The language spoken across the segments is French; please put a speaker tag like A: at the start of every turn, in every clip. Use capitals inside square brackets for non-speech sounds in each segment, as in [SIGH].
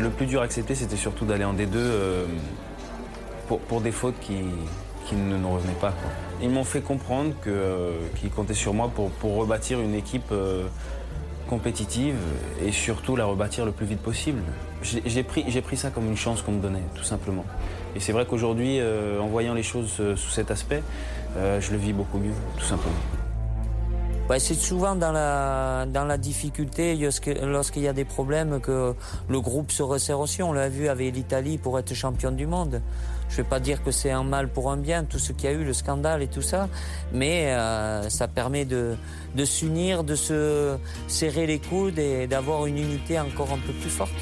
A: le plus dur à accepter, c'était surtout d'aller en D2 euh, pour, pour des fautes qui, qui ne nous revenaient pas. quoi. Ils m'ont fait comprendre que, euh, qu'ils comptaient sur moi pour, pour rebâtir une équipe euh, compétitive et surtout la rebâtir le plus vite possible. J'ai j'ai pris, j'ai pris ça comme une chance qu'on me donnait, tout simplement. Et c'est vrai qu'aujourd'hui, euh, en voyant les choses euh, sous cet aspect, euh, je le vis beaucoup mieux, tout simplement.
B: Ouais, Bah, c'est souvent dans la, dans la difficulté, lorsque- lorsqu'il y a des problèmes, que le groupe se resserre aussi. On l'a vu avec l'Italie pour être champion du monde. Je ne vais pas dire que c'est un mal pour un bien, tout ce qu'il y a eu, le scandale et tout ça, mais euh, ça permet de, de s'unir, de se serrer les coudes et d'avoir une unité encore un peu plus forte.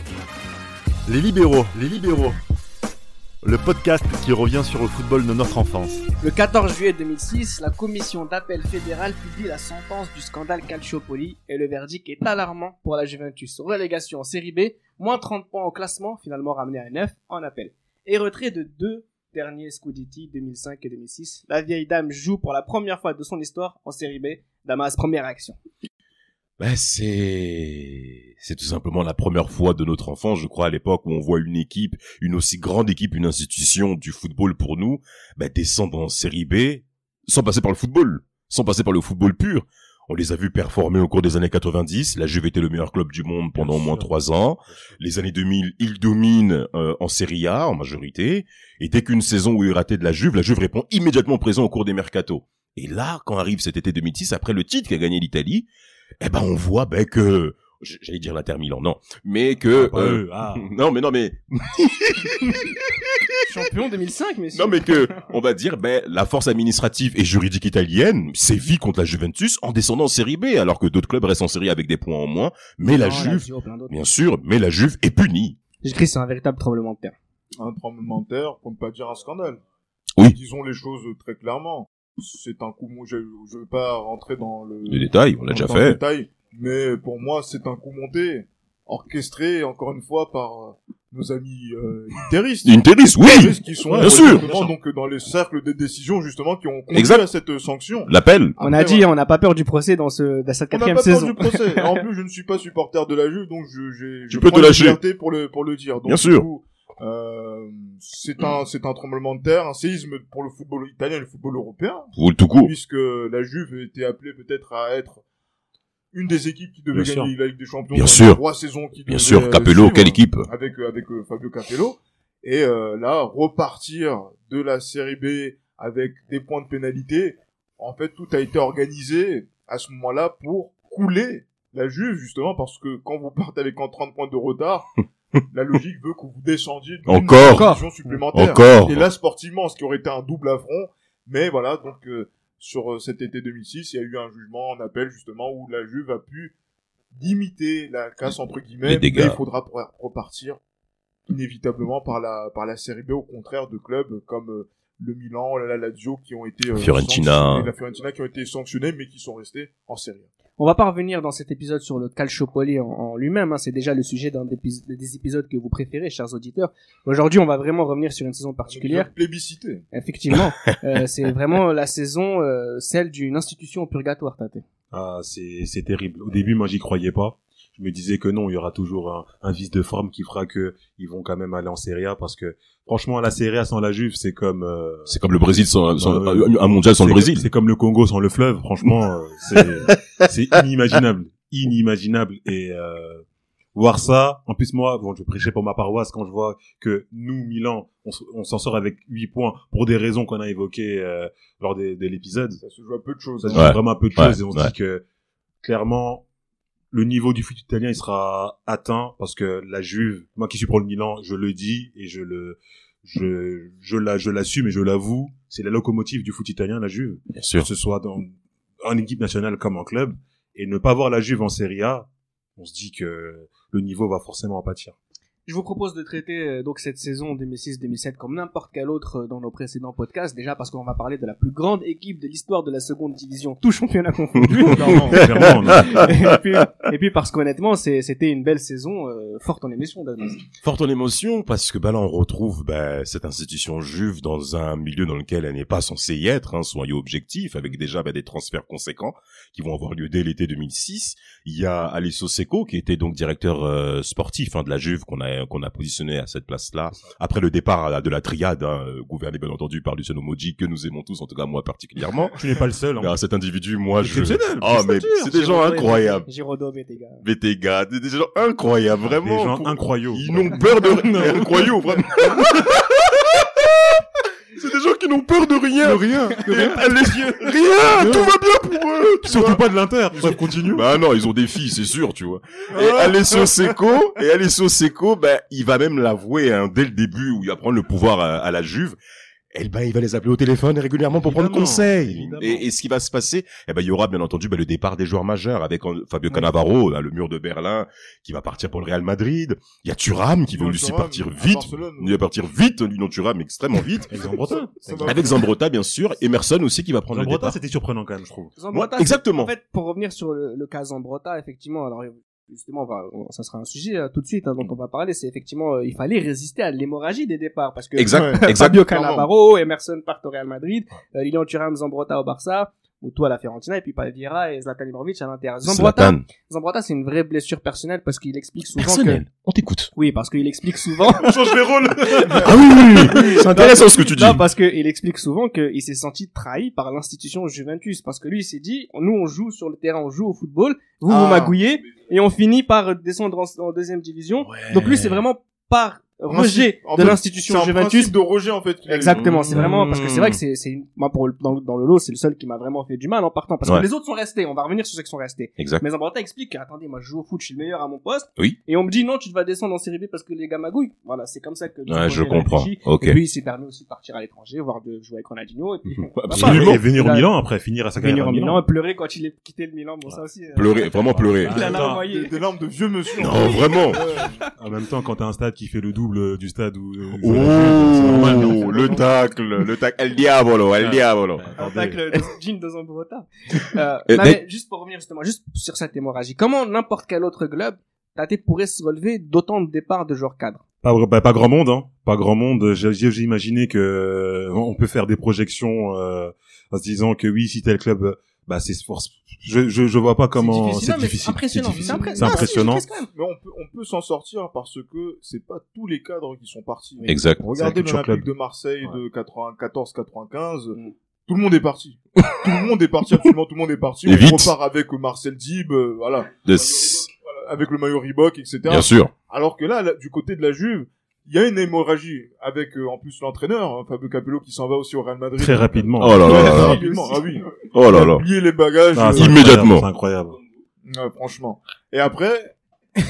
C: Les libéraux, les libéraux. Le podcast qui revient sur le football de notre enfance.
D: Le 14 juillet 2006, la commission d'appel fédérale publie la sentence du scandale Calciopoli et le verdict est alarmant pour la Juventus. Relégation en série B, moins 30 points au classement, finalement ramené à 9 en appel. Et retrait de deux derniers Scudetti 2005 et 2006. La vieille dame joue pour la première fois de son histoire en série B. Damas, première action.
E: Bah, c'est c'est tout simplement la première fois de notre enfance, je crois, à l'époque où on voit une équipe, une aussi grande équipe, une institution du football pour nous, bah, descendre en série B sans passer par le football, sans passer par le football pur. On les a vus performer au cours des années 90. La Juve était le meilleur club du monde pendant au moins trois ans. Les années 2000, ils dominent euh, en Serie A en majorité. Et dès qu'une saison où il ratait de la Juve, la Juve répond immédiatement présent au cours des mercato. Et là, quand arrive cet été 2006, après le titre qu'a gagné l'Italie, eh ben on voit ben que j- j'allais dire l'Inter Milan non mais que
F: pas
E: euh,
F: eux, ah.
E: [LAUGHS] non mais non mais
D: Champion 2005, messieurs.
E: non mais que on va dire ben la force administrative et juridique italienne sévit contre la Juventus en descendant en série B alors que d'autres clubs restent en série avec des points en moins mais la
D: Non,
E: Juve
D: Lazio, plein d'autres.
E: bien sûr mais la Juve est punie
D: J'écris, c'est un véritable tremblement de terre.
G: un tremblement de terre pour ne pas dire un scandale.
E: Oui.
G: Disons les choses très clairement. C'est un coup, moi, je ne vais pas rentrer dans le,
E: les détails on l'a déjà
G: dans le
E: fait
G: détail, mais pour moi, c'est un coup monté, orchestré, encore une fois, par euh, nos amis euh, interistes.
E: une terroriste oui
G: Interistes qui sont
E: Bien
G: euh,
E: sûr.
G: justement, donc euh, dans les cercles de décision, justement, qui ont conduit
E: Exact.
G: à cette euh, sanction.
E: l'appel
D: on a
G: Après,
D: dit, on n'a pas peur du procès dans, ce, dans cette
G: On n'a
D: quatrième
G: pas peur
D: saison. [LAUGHS]
G: du procès. En plus, je ne suis pas supporter de la Juve, donc je, j'ai- je
E: Tu peux
G: prends
E: te
G: la
E: lâcher.
G: liberté pour le pour le dire. Donc,
E: Bien
G: du
E: sûr.
G: coup, euh, c'est un c'est un tremblement de terre, un séisme pour le football italien et le football européen,
E: ou le tout court
G: puisque la Juve était appelée peut-être à être une des équipes qui devait
F: Bien
G: gagner la Ligue des Champions.
E: Bien
G: dans les
E: sûr.
G: Trois saisons qui
E: bien
G: devaient,
E: sûr
G: euh,
E: Capello
G: suivre,
E: quelle équipe
G: Avec euh, avec euh, Fabio Capello et euh, là repartir de la série B avec des points de pénalité. En fait, tout a été organisé à ce moment-là pour couler la Juve, justement, parce que quand vous partez avec en 30 points de retard, la logique veut que vous descendiez d'une
E: Encore.
G: division supplémentaire.
E: encore
G: Et là, sportivement, ce qui aurait été un double affront. Mais voilà, donc, euh, sur euh, cet été 2006, il y a eu un jugement en appel, justement, où la Juve a pu limiter la casse, entre guillemets.
E: Les dégâts.
G: Mais il faudra pr- repartir inévitablement par la, par la série B, au contraire de clubs comme euh, le Milan, la la Lazio, qui ont été, euh,
E: Fiorentina.
G: sanctionnés, la Fiorentina, qui ont été sanctionnés, mais qui sont restés en série.
D: On va pas revenir dans cet épisode sur le calciopoli en, en lui-même, hein, c'est déjà le sujet d'un des, épis- des épisodes que vous préférez, chers auditeurs. Aujourd'hui, on va vraiment revenir sur une saison particulière.
G: Plébiscité.
D: [LAUGHS] Effectivement, euh, c'est vraiment la saison, euh, celle d'une institution au purgatoire, Tate.
F: Ah, c'est c'est terrible. Au début, moi, j'y croyais pas. Je me disais que non, il y aura toujours un, un vice de forme qui fera que ils vont quand même aller en Serie A parce que franchement, la Serie A sans la Juve, c'est comme euh,
E: c'est comme le Brésil sans, sans-
F: Euh,
E: un mondial sans le
F: c'est-
E: Brésil
F: C'est comme le Congo sans le fleuve. Franchement, euh,
G: [LAUGHS]
F: c'est- c'est inimaginable, inimaginable. Et euh, voir ça, en plus moi, bon, je prêchais pour ma paroisse quand je vois que nous, Milan, on, s- on s'en sort avec 8 points pour des raisons qu'on a évoquées euh, lors des- de l'épisode.
G: Ça se joue à peu de choses.
F: Ça
G: hein.
F: dit
E: Ouais.
F: vraiment un peu de
E: Ouais,
F: choses et on se
E: ouais.
F: dit que clairement le niveau du foot italien il sera atteint parce que la Juve, moi qui suis pour le Milan, je le dis et je le je je la je l'assume et je l'avoue, c'est la locomotive du foot italien la Juve,
E: bien
F: que
E: sûr
F: ce soit dans en équipe nationale comme en club et ne pas voir la Juve en Serie A, on se dit que le niveau va forcément en pâtir.
D: Je vous propose de traiter euh, donc cette saison 2006-2007 comme n'importe quel autre euh, dans nos précédents podcasts, déjà parce qu'on va parler de la plus grande équipe de l'histoire de la seconde division, tout championnat confondu. [LAUGHS]
G: Clairement.
F: Clairement, on est
D: et, puis, et puis parce qu'honnêtement, c'est- c'était une belle saison, euh, forte en émotion, Damas.
E: Forte en émotion parce que bah là on retrouve bah, cette institution juve dans un milieu dans lequel elle n'est pas censée y être, hein, soyons objectifs, avec déjà bah, des transferts conséquents qui vont avoir lieu dès l'été 2006. Il y a Alessio Seco qui était donc directeur euh, sportif hein, de la Juve qu'on a a qu'on a positionné à cette place-là. Après le départ euh, de la triade, hein, euh, gouvernée bien entendu par Luciano Moggi, que nous aimons tous, en tout cas moi particulièrement.
F: Tu n'es pas le seul. hein.
E: Ben, cet individu, moi, je...
F: Exceptionnel,
E: Ah, mais
F: prestataire.
E: c'est des gens
D: Giraudet,
E: incroyables.
D: Giraudet, tes gars.
E: Mais tes gars, des des gens incroyables,
F: Des
E: vraiment.
F: gens
E: Pour-
F: incroyables.
E: Ils n'ont peur [LAUGHS] de rien. Incroyable, [LAUGHS] vraiment. C'est des gens qui n'ont peur de rien.
F: rien.
E: Et- les yeux. [LAUGHS] Rien, tout va bien pour eux. tu vois.
F: Surtout pas de l'inter. Ça continue.
E: Bah non, ils ont des filles, c'est sûr, tu vois. Et Alessio Seco, et Alessio Seco, ben il va même l'avouer hein, dès le début où il va prendre le pouvoir à, à la Juve. Et ben il va les appeler au téléphone régulièrement pour prendre
F: Évidemment,
E: conseil.
F: évidemment.
E: Et, et ce qui va se passer, eh ben il y aura bien entendu ben, le départ des joueurs majeurs avec en- Fabio Cannavaro, là, le mur de Berlin, qui va partir pour le Real Madrid. Il y a Thuram qui va
G: Thuram,
E: lui aussi partir
G: à
E: vite.
G: Barcelone,
E: Il va partir vite, l'Union Thuram
D: [LAUGHS]
E: extrêmement vite.
F: Ils sont bretons.
G: Ça va.
E: Avec Zambrotta bien sûr, Emerson aussi qui va prendre le
F: Zambrota,
E: départ.
F: c'était surprenant quand même, je trouve.
D: Zambrota,
E: Moi, exactement.
D: En fait, pour revenir sur le, le cas Zambrota, effectivement, alors justement, on va- on- ça sera un sujet euh, tout de suite hein, dont on va parler, c'est effectivement, euh, il fallait résister à l'hémorragie des départs, parce que
E: Exact, exact.
D: Fabio Cannavaro, Emerson part au Real Madrid, euh, Lilian Thuram, Zambrota au Barça, Moutou à la Fiorentina, et puis Palvira et Zlatan Ibrahimovic à l'Inter. Zambrota, [LAUGHS]
E: Zlatan.
D: Zambrota c'est une vraie blessure personnelle, parce qu'il explique souvent
E: Personnel.
D: que...
E: On t'écoute.
D: Oui, parce qu'il explique souvent...
F: On change les rôles.
E: Ah oui, oui, oui. c'est intéressant ce que tu dis.
D: Non, parce qu'il explique souvent qu'il s'est senti trahi par l'institution Juventus. Parce que lui, il s'est dit, nous, on joue sur le terrain, on joue au football, vous, vous
G: Ah.
D: magouillez, et on finit par descendre en, en deuxième division. Donc lui, c'est vraiment par rejet
G: En
D: de
G: fait,
D: l'institution
G: C'est un
D: Juventus.
G: principe de Hmm. rejet, en fait. qu'il a eu.
D: Exactement, c'est
E: Mmh.
D: vraiment parce que c'est vrai que c'est c'est une- moi pour le- dans, le- dans le lot c'est le seul qui m'a vraiment fait du mal en partant parce
E: Ouais.
D: que les autres sont restés, on va revenir sur ceux qui sont restés.
E: Exact.
D: Mais Zambrata explique que, attendez moi je joue au foot, je suis le meilleur à mon poste.
E: Oui.
D: Et on me dit non tu vas descendre en série B parce que les gars magouillent. Voilà c'est comme ça que.
E: Ouais, je
D: que j'ai
E: comprends.
D: réfléchi.
E: Ok.
D: Et puis il s'est permis aussi de partir à l'étranger, voire de jouer avec Ronaldinho. Et
F: Mhm.
D: puis bah,
E: Absolument.
F: Et venir
D: Il
F: au
D: a-
F: Milan après, finir à sa
D: venir
F: carrière
D: au
F: à
D: Milan
F: Milan.
D: et pleurer quand il est quitté le Milan. Bon ça aussi. euh, ah,
E: Pleurer, vraiment pleurer.
D: Il en a
F: Attends.
G: Des,
D: envoyé.
G: des larmes de vieux monsieur.
E: Non, vraiment.
F: En même temps, quand t'as un stade qui fait le double euh, du stade où...
E: Oh,
D: ah, hein,
E: le tacle, le tacle. El diavolo, el diavolo.
D: Un
F: Attendez.
D: tacle de Jean de Zambrota. Euh,
E: Et
F: [LAUGHS]
D: non,
E: d'ailleurs-
D: mais juste pour revenir justement juste sur cette hémorragie, comment n'importe quel autre club Tate pourrait se relever d'autant de départs de joueurs cadres
F: Pas, bah, pas grand monde, hein. Pas grand monde. J'ai j'ai- j'ai imaginé que euh, on peut faire des projections euh, en se disant que oui, si tel club, euh, bah c'est force. Je, je je vois pas comment
D: difficile.
F: c'est
D: Non, mais
F: difficile.
D: c'est impressionnant.
F: C'est difficile.
D: C'est impré-
F: C'est
D: non,
F: impressionnant.
D: c'est- c'est- c'est-
G: Mais on peut, on peut s'en sortir parce que c'est pas tous les cadres qui sont partis.
E: Exact.
G: Regardez
F: C'est la culture
G: l'Olympique
F: club.
G: de Marseille de 94-95.
D: Mm.
G: Tout le monde
E: [LAUGHS]
G: est parti. tout le monde est parti, absolument tout le monde est parti.
E: Et
G: on
E: vite.
G: repart avec Marcel Dib, euh, voilà,
E: De-
G: Voilà, avec le maillot Reebok, etc.
E: Bien sûr.
G: Alors que là, là, du côté de la Juve, il y a une hémorragie avec euh, en plus l'entraîneur hein, Fabio Capello qui s'en va aussi au Real Madrid.
F: Très rapidement.
E: Oh là
G: Ouais,
E: là
G: très
E: là là.
G: rapidement, ah oui.
E: Oh là là.
G: Oubliez les bagages.
F: Ah, c'est
G: euh,
E: Immédiatement.
F: incroyable,
G: Ouais, franchement. Et après, [LAUGHS]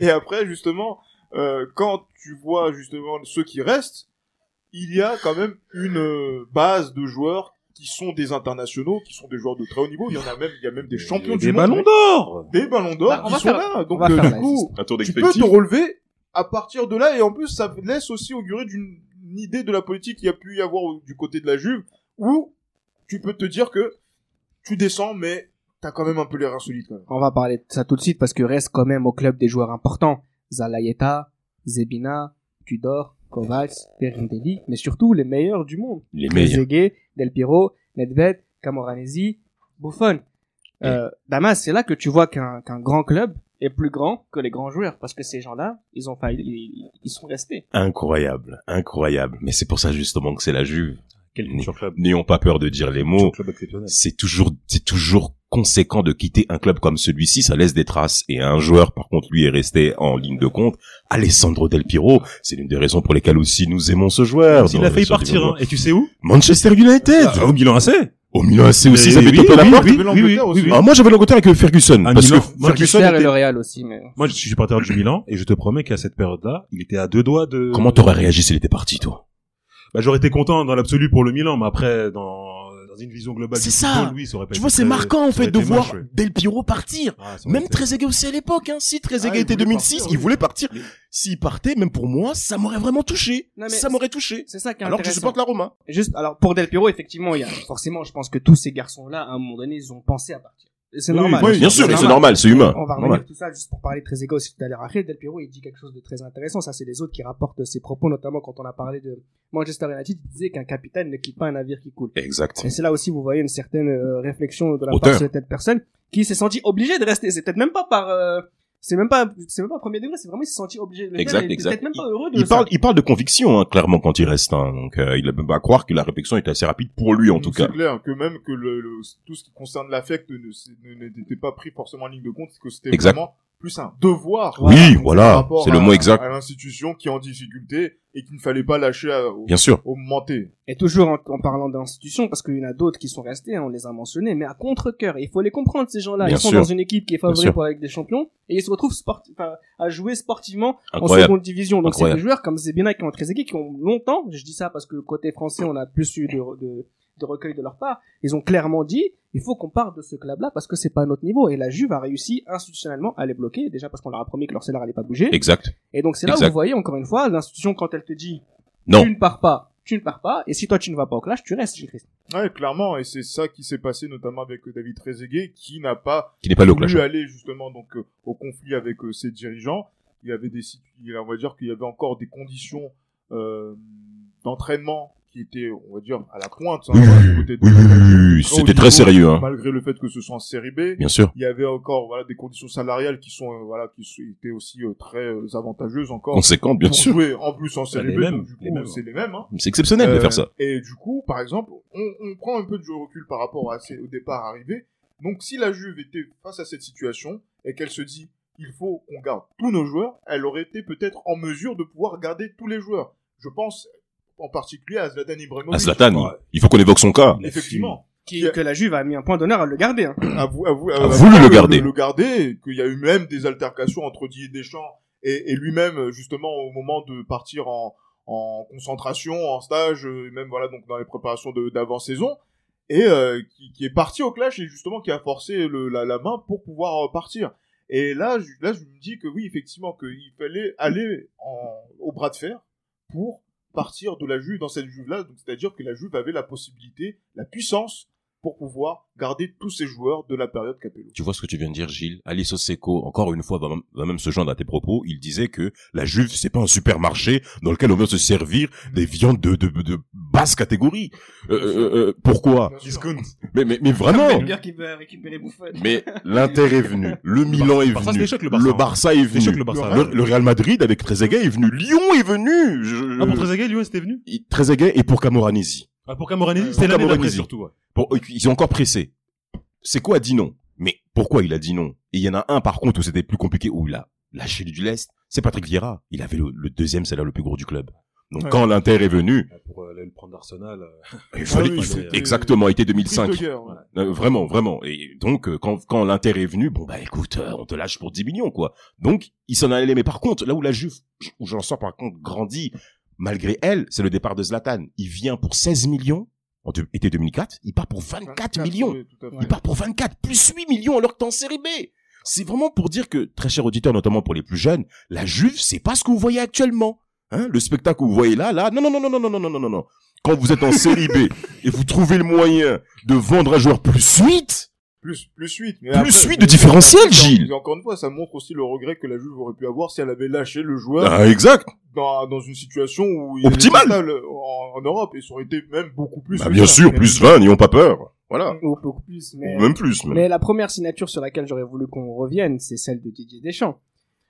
G: et après justement, euh, quand tu vois justement ceux qui restent, il y a quand même une euh, base de joueurs qui sont des internationaux, qui sont des joueurs de très haut niveau. Il y en a même, il y a même des champions
F: C'est incroyable.
G: du
F: Des
G: monde,
F: ballons d'or.
G: des ballons d'or
D: Bah, on
G: qui
D: va
G: sont
D: faire-
G: là. Donc
D: va
G: euh,
D: faire
G: du
D: la
G: coup,
E: Un tour
G: tu peux te relever à partir de là. Et en plus, ça laisse aussi augurer d'une une idée de la politique qu'il y a pu y avoir au- du côté de la Juve, où tu peux te dire que tu descends, mais t'as quand même un peu les reins solides quand même.
D: On va parler de ça tout de suite parce que reste quand même au club des joueurs importants. Zalayeta, Zebina, Tudor, Kovacs, Perindelli, mais surtout les meilleurs du monde.
E: Les meilleurs.
D: Trezeguet, Del Piero, Nedved, Camoranesi, Buffon. Euh, Damas, c'est là que tu vois qu'un qu'un grand club est plus grand que les grands joueurs parce que ces gens-là, ils ont failli, ils, ils sont restés.
E: Incroyable, incroyable. Mais c'est pour ça justement que c'est la Juve.
F: Quel culture club.
E: N'ayons pas peur de dire les mots.
F: Culture club exceptionnel.
E: c'est toujours c'est toujours conséquent de quitter un club comme celui-ci, ça laisse des traces. Et un joueur, par contre, lui est resté en ligne de compte. Alessandro Del Piro, c'est l'une des raisons pour lesquelles aussi nous aimons ce joueur.
F: Il a
E: Dans-
F: failli
E: sur-
F: partir. hein. Et tu sais où
E: Manchester United.
F: Ah, Au Milan AC.
E: Au Milan AC aussi,
F: Mais
E: ça avait
F: oui,
E: tapé la
F: oui,
E: porte.
F: oui,
G: Mais
F: oui, oui,
G: l'Angleterre
F: oui,
G: aussi.
F: oui.
E: Ah, moi j'avais l'Angleterre avec Ferguson.
F: Ah,
E: parce
F: Milan.
E: que
F: Moi,
E: Ferguson
D: Cher et
E: était-
D: le Real aussi, mais
F: Moi, je suis supporter du Milan et je te promets qu'à cette période-là, il était à deux doigts de.
E: Comment t'aurais réagi s'il était parti, toi
F: Bah, j'aurais été content dans l'absolu pour le Milan, mais après, dans, dans une vision globale.
H: C'est
F: du
H: ça.
F: football, oui, ça aurait pas
H: Tu
F: été
H: vois, c'est
F: très-
H: marquant en
F: ça aurait
H: fait de
F: été
H: voir
F: moche, ouais.
H: Del Piro partir.
F: Ah, ça aurait
H: Même
F: été-
H: Trezeguet aussi à l'époque, hein. Si
G: Ah,
H: Trezeguet
G: il
H: était
G: voulait
H: 2006,
G: partir,
H: il
G: oui.
H: voulait partir. S'il partait, même pour moi, ça m'aurait vraiment touché.
D: Non, mais
H: ça m'aurait touché.
D: c'est ça qui est
H: Alors que je
D: intéressant.
H: supporte la Roma.
D: Juste, alors pour Del Piero, effectivement, il y a forcément, je pense que tous ces garçons-là, à un moment donné, ils ont pensé à partir. Et C'est
F: Oui,
D: normal.
F: oui,
E: Bien sûr, c'est normal, c'est humain.
D: On va revenir
E: Normal.
D: tout ça juste pour parler de Trezeguet aussi tout à l'heure. Après, Del Piero, il dit quelque chose de très intéressant. Ça, c'est les autres qui rapportent ses propos, notamment quand on a parlé de Manchester United. Il disait qu'un capitaine ne quitte pas un navire qui coule.
E: Exact.
D: Et c'est là aussi, vous voyez une certaine euh, réflexion de la
E: Auteur.
D: part de cette personne qui s'est sentie obligée de rester. C'est peut-être même pas par euh, C'est même pas, c'est même pas un premier degré, c'est vraiment ils se sentir obligés de le
E: Exact,
D: faire. et
E: exact.
D: Peut-être même pas heureux de
E: Il
D: le
E: parle,
D: faire.
E: il parle de conviction, hein, clairement, quand il reste. hein. Donc, euh, il a même à croire que la réflexion est assez rapide pour lui, en tout cas.
G: C'est clair que même que le, le- tout ce qui concerne l'affect ne- c'est- ne- ne- n'était pas pris forcément en ligne de compte, c'est que c'était
E: Exact.
G: vraiment plus un devoir.
E: Oui,
G: par
E: voilà,
G: rapport
E: c'est le
G: à-
E: mot exact.
G: À l'institution qui est en difficulté et qu'il ne fallait pas lâcher à- au,
E: Bien sûr.
G: au moment T.
D: Et toujours en, en parlant d'institutions, parce qu'il y en a d'autres qui sont restés, hein, on les a mentionnés, mais à contre-cœur. Et Il faut les comprendre, ces gens-là.
E: Bien
D: Ils sont
E: sûr.
D: dans une équipe qui est
E: Bien
D: favorée
E: sûr.
D: pour la Ligue des Champions, et ils se retrouvent sporti- enfin, à jouer sportivement en
E: Incroyable.
D: seconde division. Donc c'est des
E: Incroyable.
D: joueurs comme Zebina qui ont très qui ont longtemps, je dis ça parce que côté français, on a plus eu de, de, de recueil de leur part, ils ont clairement dit, il faut qu'on parte de ce club-là parce que c'est pas notre niveau. Et la Juve a réussi institutionnellement à les bloquer, déjà parce qu'on leur a promis que leur salaire allait pas bouger.
E: Exact.
D: Et donc c'est là où
E: Exact.
D: vous voyez encore une fois l'institution quand elle te dit
E: Non.
D: tu ne pars pas, tu ne pars pas et si toi tu ne vas pas au clash, tu restes chez Christ.
G: Ouais, clairement, et c'est ça qui s'est passé notamment avec euh, David Trezeguet qui n'a pas
E: Qui n'est pas le clash.
G: voulu aller justement donc euh, au conflit avec euh, ses dirigeants. Il y avait des, situ- il y a- on va dire qu'il y avait encore des conditions euh, d'entraînement qui étaient, on va dire, à la pointe hein,
E: Oui,
G: du côté de-
E: Oui, oui, oui, oui,
G: Très haut
E: C'était très
G: niveau,
E: sérieux, hein.
G: Malgré le fait que ce soit en série B,
E: Bien sûr.
G: il y avait encore voilà des conditions salariales qui sont euh, voilà qui sont- étaient aussi euh, très euh, avantageuses encore.
E: Conséquent, bien
G: pour
E: sûr.
G: jouer en plus en série
F: les
G: B,
F: mêmes,
G: donc, du
F: les
G: coup,
F: mêmes.
G: c'est les mêmes. hein.
E: C'est exceptionnel de
G: Euh,
E: faire ça.
G: Et du coup, par exemple, on, on prend un peu de recul par rapport à ces- au départ arrivé. Donc, si la Juve était face à cette situation et qu'elle se dit il faut qu'on garde tous nos joueurs, elle aurait été peut-être en mesure de pouvoir garder tous les joueurs. Je pense en particulier à Zlatan Ibrahimovic.
E: À Zlatan, il- il faut qu'on évoque son cas.
G: Effectivement.
D: Qui, que la Juve a mis un point d'honneur à le garder. Hein.
G: a, vou- a vou- a-
E: A
G: a
E: voulu Mm. le garder.
G: euh, Le, garder, qu'il y a eu même des altercations entre Didier Deschamps et, et lui-même, euh, justement, au moment de partir en, en concentration, en stage, euh, et même voilà, donc dans les préparations de- d'avant-saison, et euh, qui, qui est parti au clash et justement qui a forcé le- la, la main pour pouvoir euh, partir. Et là, je, là, je me dis que oui, effectivement, qu'il fallait aller en- au bras de fer pour partir de la Juve dans cette Juve-là. Donc, c'est-à-dire que la Juve avait la possibilité, la puissance pour pouvoir garder tous ces joueurs de la période Capello.
E: Tu vois ce que tu viens de dire, Gilles. Alice Oseko, encore une fois, va même, va même se joindre à tes propos. Il disait que la Juve, c'est pas un supermarché dans lequel on va se servir des viandes de, de, de basse catégorie. Euh, euh, euh, pourquoi
G: Bien sûr.
F: Discount.
E: mais, mais, mais vraiment
D: Wenger Ah qui veut récérer Buffon.
E: Mais l'Inter est venu, le Milan est
F: Barça, c'est
E: venu,
F: des chocs, le Barça.
E: est
F: Des chocs,
E: venu,
F: le Barça.
E: le, le Real Madrid avec Trezeguet est venu, Lyon est venu Je-
F: Ah, pour Trezeguet, lui, ouais, c'était venu.
E: Il- Trezeguet et pour Camoranesi.
F: Ah, pour Camoranesi,
E: Ouais,
F: c'était
E: pour
F: l'année d'après,
E: Camoranesi.
F: surtout, ouais.
E: Bon, ils ont encore pressé. C'est quoi a dit non Mais pourquoi il a dit non Et il y en a un par contre où c'était plus compliqué, où il a lâché du lest, c'est Patrick Vieira. Il avait le, le deuxième salaire le plus gros du club. Donc
G: Ouais.
E: quand l'Inter est venu,
F: Ah, Pour euh, aller le prendre d'Arsenal. euh,
E: il fallait,
G: oui,
E: il
F: c'était-
E: faut- exactement, été 2005.
G: Prise de guerre, ouais.
E: Euh, vraiment, vraiment. Et donc, euh, quand, quand l'Inter est venu, bon, bah écoute, euh, on te lâche pour 10 millions, quoi. Donc, ils s'en allaient. Mais par contre, là où la Juve, j- où j'en sors par contre, grandit, malgré elle, c'est le départ de Zlatan. Il vient pour 16 millions, en deux- été 2004, il part pour 24,
G: 24,
E: millions.
G: oui, tout à fait.
E: Il part pour 24, plus 8 millions alors que t'es en série B. C'est vraiment pour dire que, très cher auditeur, notamment pour les plus jeunes, la Juve, c'est pas ce que vous voyez actuellement. Hein, le spectacle que vous voyez là, là, non, non, non, non, non, non, non, non, non, non. Quand vous êtes en série B et vous trouvez le moyen de vendre un joueur plus 8,
G: Plus, plus suite. Mais
E: Plus
G: après,
E: suite de
G: mais-
E: différentiel,
G: mais-
E: Gilles.
G: mais encore une fois, ça montre aussi le regret que la Juve aurait pu avoir si elle avait lâché le joueur
E: ah, exact,
G: dans, dans une situation où il était
E: Optimale.
G: stable en, en Europe et ça aurait été même beaucoup plus.
E: bah, bien sûr, plus 20, n'ayons pas peur. Voilà.
D: Ou beaucoup plus. Mais, euh,
E: Ou même plus, même.
D: Ah. mais la première signature sur laquelle j'aurais voulu qu'on revienne, c'est celle de Didier Deschamps.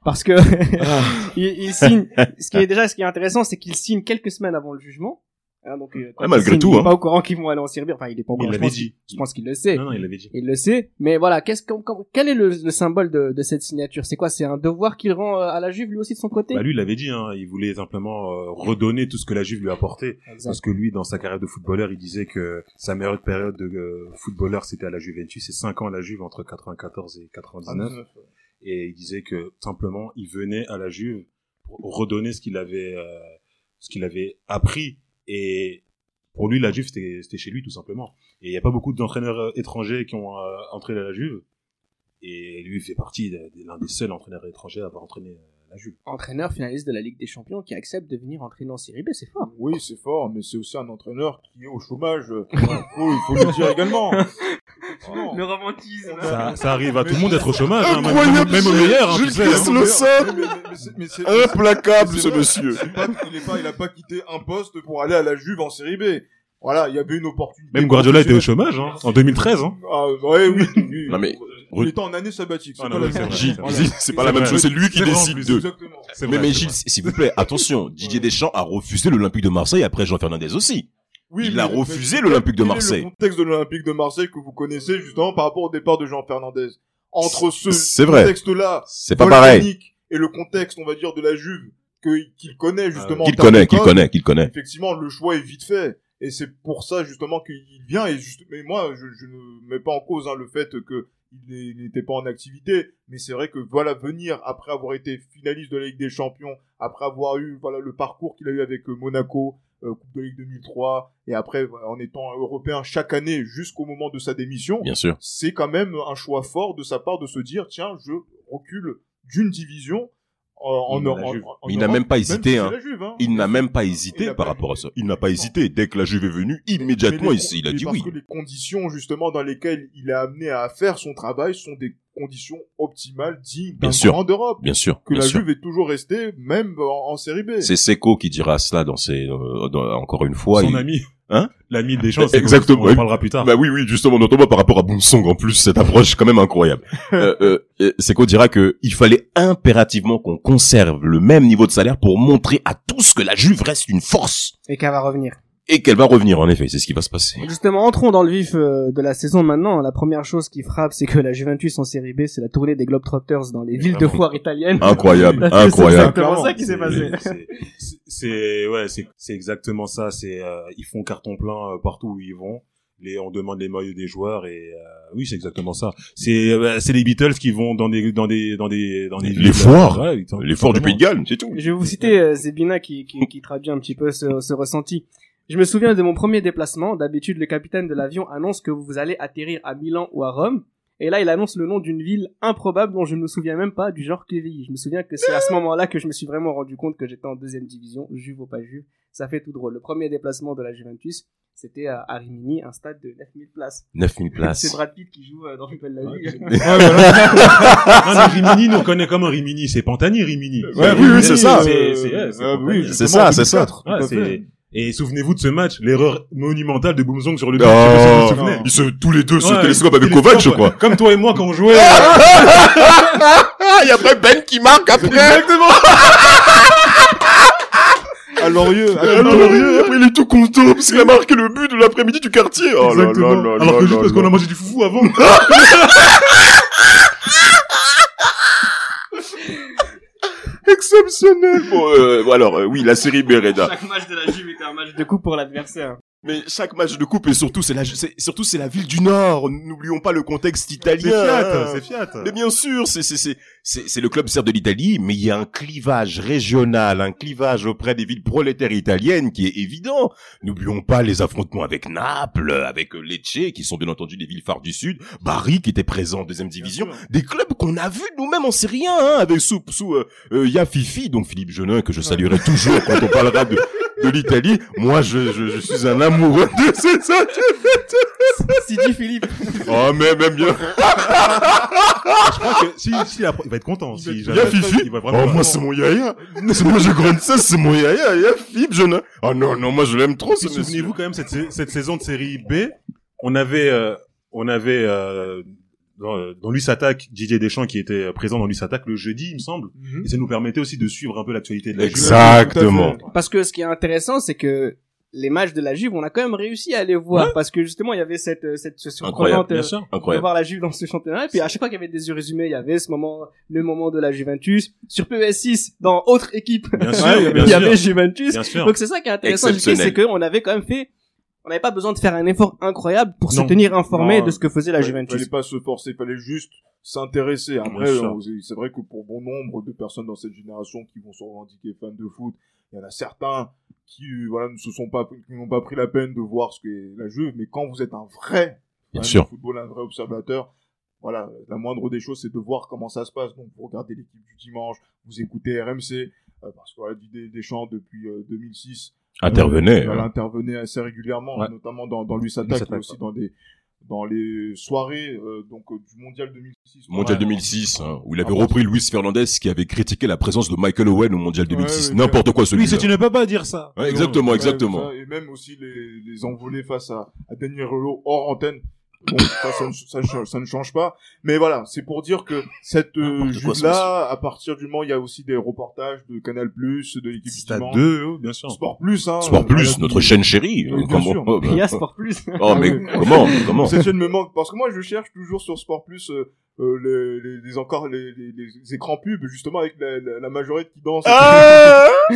D: Parce que
E: Ah.
D: [LAUGHS] il, il signe. Ce qui
E: [LAUGHS]
D: est déjà, ce qui est intéressant, c'est qu'il signe quelques semaines avant le jugement. Hein, donc, euh, quand
E: Ouais,
D: il
E: malgré
D: signe,
E: tout,
D: Il est
E: hein.
D: pas au courant qu'ils vont aller en Serbie. Enfin, il est pas au
F: Il
D: courant. Je
F: l'avait
D: pense,
F: dit.
D: je pense qu'il le sait.
F: Non, non, il l'avait dit.
D: Il le sait. Mais voilà, qu'est-ce qu'on- qu'on- quel est le, le symbole de, de cette signature C'est quoi C'est un devoir qu'il rend euh, à la Juve lui aussi de son côté
F: Bah, lui, il l'avait dit, hein. Il voulait simplement euh, redonner tout ce que la Juve lui apportait.
D: Exact.
F: Parce que lui, dans sa carrière de footballeur, il disait que sa meilleure période de euh, footballeur, c'était à la Juventus. C'est 5 ans à la Juve entre 94 et
G: Ah,
F: 99. Et il disait que simplement, il venait à la Juve pour redonner ce qu'il avait, euh, ce qu'il avait appris. Et pour lui, la Juve, c'était c'était chez lui, tout simplement. Et il n'y a pas beaucoup d'entraîneurs euh, étrangers qui ont euh, entré à la Juve. Et lui, il fait partie de- de l'un des seuls entraîneurs étrangers à avoir entraîné euh, la Juve.
D: entraîneur finaliste de la Ligue des Champions qui accepte de venir entraîner en Série B, c'est fort.
G: Oui, c'est fort, mais c'est aussi un entraîneur qui est au chômage. Euh, faut- il faut le dire également. Oh, Non.
D: romantisme.
F: Ça, ça arrive à tout le monde d'être au chômage, hein, même,
E: Incroyable,
F: même au meilleur. Hein,
E: Gilles
F: tu sais,
E: Christ
F: hein.
E: le seul,
G: Mais- mais- mais c'est- mais c'est-
E: Euh, implacable,
G: C'est
E: ce
G: vrai.
E: monsieur.
G: c'est pas- il, est pas, il a pas quitté un poste pour aller à la Juve en série B. Voilà, il y avait une opportunité.
F: Même Guardiola était au chômage hein, en 2013. Hein.
G: Ah, ouais, oui. oui.
E: Non, mais
G: Il était en année sabbatique. C'est
F: En
G: pas la
F: année
G: même
F: sabbatique.
G: chose.
E: Gilles,
G: Voilà.
E: Gilles, c'est pas la même
F: vrai.
E: chose, c'est lui qui
F: C'est vraiment
E: décide
F: plus
E: de.
G: Exactement.
F: C'est
E: Mais,
F: vrai,
E: mais
F: c'est
E: Gilles,
F: vrai.
E: s'il vous plaît, attention, Didier Deschamps a refusé l'Olympique de Marseille après Jean Fernandez aussi. Il
G: mais-
E: a
G: mais-
E: refusé l'Olympique de
G: quel est
E: Marseille.
G: Le contexte de l'Olympique de Marseille que vous connaissez justement par rapport au départ de Jean Fernandez. Entre ce
E: C'est vrai.
G: contexte-là,
E: C'est pas pareil.
G: volcanique, et le contexte, on va dire, de la Juve que- qu'il connaît justement. en
E: Qu'il
G: termes
E: connaît,
G: de
E: qu'il
G: com,
E: connaît, qu'il connaît.
G: Effectivement, le choix est vite fait. Et c'est pour ça justement qu'il vient. Et juste, mais moi, je, je ne mets pas en cause hein, le fait que il est- il n'était pas en activité. Mais c'est vrai que voilà, venir après avoir été finaliste de la Ligue des Champions, après avoir eu voilà le parcours qu'il a eu avec euh, Monaco, euh, Coupe de Ligue 2003, et après voilà, en étant européen chaque année jusqu'au moment de sa démission,
E: Bien sûr.
G: c'est quand même un choix fort de sa part de se dire tiens, je recule d'une division. euh, En, en,
F: Même la
G: Europe-
F: Juve.
G: en- en
E: Mais il n'a
G: Europe,
E: même pas hésité,
G: si c'est
E: hein.
G: la Juve, hein.
E: Il n'a même pas
G: Il
E: hésité
G: a
E: par
G: pas
E: rapport à ça.
G: hésité.
E: Il n'a pas hésité. Dès que la Juve est venue, immédiatement,
G: Mais
E: il,
G: les con-
E: il a
G: mais
E: dit
G: parce
E: oui.
G: que les conditions, justement, dans lesquelles il a amené à faire son travail sont des conditions optimales dignes d'un
E: Bien sûr.
G: grand d'Europe.
E: Bien sûr,
G: Que
E: bien
G: la
E: sûr.
G: Juve est toujours restée, même en, en série B.
E: C'est Seco qui dira cela dans ses, euh, dans- encore une fois.
F: Son
E: Il-
F: ami.
E: Hein
F: L'ami des gens. c'est
E: Exactement.
F: Gauss. On en parlera plus tard.
E: Bah oui, oui, justement, dont on voit par rapport à Boomsong en plus, cette approche quand même
G: [LAUGHS]
E: incroyable. euh, euh, euh, Seko dira que il fallait impérativement qu'on conserve le même niveau de salaire pour montrer à tous que la Juve reste une force
D: Et qu'elle va revenir.
E: et qu'elle va revenir. En effet, c'est ce qui va se
G: [LAUGHS]
E: passer.
D: Justement, entrons dans le vif euh, de la saison maintenant. La première chose qui frappe, c'est que la Juventus en série B, c'est la tournée des Globetrotters dans les villes
F: bah
D: de foire italiennes.
F: Ah
E: Incroyable,
D: Parce que C'est
E: incroyable.
D: exactement ça qui s'est passé.
F: C'est- c'est- c'est- C'est ouais, c'est c'est exactement ça. C'est euh, ils font carton plein euh, partout où ils vont. Les, on demande les maillots des joueurs et euh, oui, c'est exactement ça. C'est euh, c'est les Beatles qui vont dans des dans des dans des dans des
E: Les
F: villes,
E: foires.
F: euh, ouais, ils-
E: L'effort du
F: simplement.
E: Pays de Galles, c'est tout.
D: Je vais vous citer euh, Zebina qui, qui, qui traduit un petit peu ce, ce ressenti. Je me souviens de mon premier déplacement. D'habitude, le capitaine de l'avion annonce que vous allez atterrir à Milan ou à Rome. Et là, il annonce le nom d'une ville improbable dont je ne me souviens même pas, du genre Quevilly. Je me souviens que c'est à ce moment-là que je me suis vraiment rendu compte que j'étais en deuxième division, juve ou pas juve. Ça fait tout drôle. Le premier déplacement de la Juventus, c'était à à Rimini, un stade de 9000 places.
E: 9000
D: C'est [LAUGHS]
E: places.
D: Brad Pitt qui joue euh, dans Football la Ligue.
F: [LAUGHS] Non, mais Rimini, nous on connaît comment Rimini, c'est Pantani Rimini.
E: Ouais, oui, oui, c'est ça.
F: C'est c'est- ouais, c'est
G: Ah,
F: Pantani.
G: oui,
E: C'est
G: justement,
E: ça, c'est ça.
G: 2004, tout
F: Ouais,
G: à fait.
F: c'est- et souvenez-vous de ce match, l'erreur monumentale de Boomzong sur le but. Je sais pas si vous
E: Oh,
F: vous souvenez.
E: ils se, tous les deux se
F: Ah. Ouais,
E: télescopent avec
F: télescope,
E: Kovac, je
F: ouais.
E: crois.
F: Comme toi et moi quand on jouait.
E: Ah, et après Ben qui marque après.
G: À Lorieux. à
E: Ah, non,
G: Lorieux.
E: non, après, il est tout content parce qu'il a marqué le but de l'après-midi du quartier. Oh là là
F: Exactement.
E: là là
F: Alors que juste
E: là
F: parce
E: là.
F: qu'on a mangé du foufou avant.
E: Exceptionnel. Bon, euh, bon, alors, euh, oui, la série B, Reda.
D: [LAUGHS] Chaque match de la Juve était un match de coup pour l'adversaire.
E: Mais chaque match de coupe et surtout c'est la c'est- surtout c'est la ville du Nord. N'oublions pas le contexte
F: C'est
E: italien. hein.
F: Fiat, c'est Fiat.
E: Mais bien sûr, c'est c'est c'est c'est c'est le club certes de l'Italie, mais il y a un clivage régional, un clivage auprès des villes prolétaires italiennes qui est évident. N'oublions pas les affrontements avec Naples, avec Lecce, qui sont bien entendu des villes phares du Sud, Bari qui était présent en deuxième division, des clubs qu'on a vus nous-mêmes en Serie 1, hein, avec sous sous euh, euh, Yafifi, donc Philippe Jeunin que je saluerai toujours quand on parlera de de l'Italie. Moi, je, je, je suis un amoureux de cette
D: Sidi Philippe.
E: Oh, mais même bien.
F: Je crois
E: [LAUGHS]
F: que si, si, après, il va être content. Si,
E: Il y a Fifi.
F: Il va vraiment.
E: Oh, moi, c'est mon
G: [LAUGHS]
E: yaya. C'est moi, je grande ça, c'est mon yaya. Il y a Philippe Jeunin. Oh non, non, moi, je l'aime trop, ce
F: Si,
E: monsieur.
F: Souvenez-vous quand même cette, sa- cette saison de série B, on avait, euh, on avait euh, dans, euh, dans Luce Attaque Didier Deschamps qui était présent dans Luce Attaque le jeudi, il me semble,
G: Mhm.
F: et ça nous permettait aussi de suivre un peu l'actualité de la Juve.
E: Exactement.
D: Parce que ce qui est intéressant, c'est que les matchs de la Juve, on a quand même réussi à les voir. Parce que justement, il y avait cette, euh, cette ce surprenante euh,
F: Bien sûr.
D: de
E: Incroyable.
D: voir la Juve dans ce championnat. Et puis à chaque fois qu'il y avait des résumés, il y avait ce moment, le moment de la Juventus. Sur PES6, dans autre équipe, [LAUGHS]
F: Bien sûr,
D: il
F: bien
D: y avait
F: sûr.
D: Juventus.
F: Bien sûr.
D: Donc c'est ça qui est intéressant, je dis, c'est
E: Exceptionnel.
D: qu'on avait quand même fait... On n'avait pas besoin de faire un effort incroyable pour se
F: Non.
D: tenir informé
G: Non,
D: de ce que faisait la
G: Fallait-
D: Juventus.
G: Fallait pas se forcer, fallait juste s'intéresser. Après,
F: Bien sûr.
G: on- c'est- c'est vrai que pour bon nombre de personnes dans cette génération qui vont se revendiquer fans de foot, il y en a certains qui euh, voilà ne se sont pas qui n'ont pas pris la peine de voir ce qu'est la Juve. Mais quand vous êtes un vrai
E: Bien
G: fan
E: sûr.
G: de football, un vrai observateur, voilà, la moindre des choses, c'est de voir comment ça se passe. Donc, vous regardez l'équipe du dimanche, vous écoutez RMC, euh, parce que voilà, Didier Deschamps depuis euh, 2006
E: Intervenez. hein.
G: voilà, intervenait assez régulièrement,
F: Ouais.
G: notamment dans, dans Luis
F: Luis
G: Attack,
F: Attaque,
G: mais aussi dans des dans les soirées euh, donc euh, du mondial 2006.
E: Mondial
G: Ouais,
E: 2006, hein, où il avait
G: Ah,
E: repris Luis Fernandez qui avait critiqué la présence de Michael Owen au Mondial 2006.
G: ouais,
E: N'importe quoi celui-là.
F: ne peux pas dire ça.
E: Ouais, exactement,
G: ouais,
E: exactement.
G: ça, Et même aussi les, les envolées face à, à Daniel Relot hors antenne Bon, [COUGHS] ça, ça, ne- ça ne change- ça ne change pas. Mais voilà, c'est pour dire que cette euh,
H: N'importe quoi, ce
G: là à partir du moment où il y a aussi des reportages de Canal+, de l'équipe du
F: Stade
G: Dimanche,
F: 2, oh, bien sûr.
G: Sport Plus, hein.
E: Sport
G: euh,
E: Plus,
G: voilà.
E: notre chaîne chérie.
G: Oui, bien
E: Comment-
G: sûr.
E: [LAUGHS]
G: Ah
E: oh, bah.
D: [LAUGHS] Il y a Sport Plus.
E: Oh, mais
G: [LAUGHS]
E: comment, comment?
G: Cette chaîne me manque parce que moi je cherche toujours sur Sport Plus euh, euh, les, les- les encore les, les- les écrans pubs justement avec la, la, la majorette qui danse.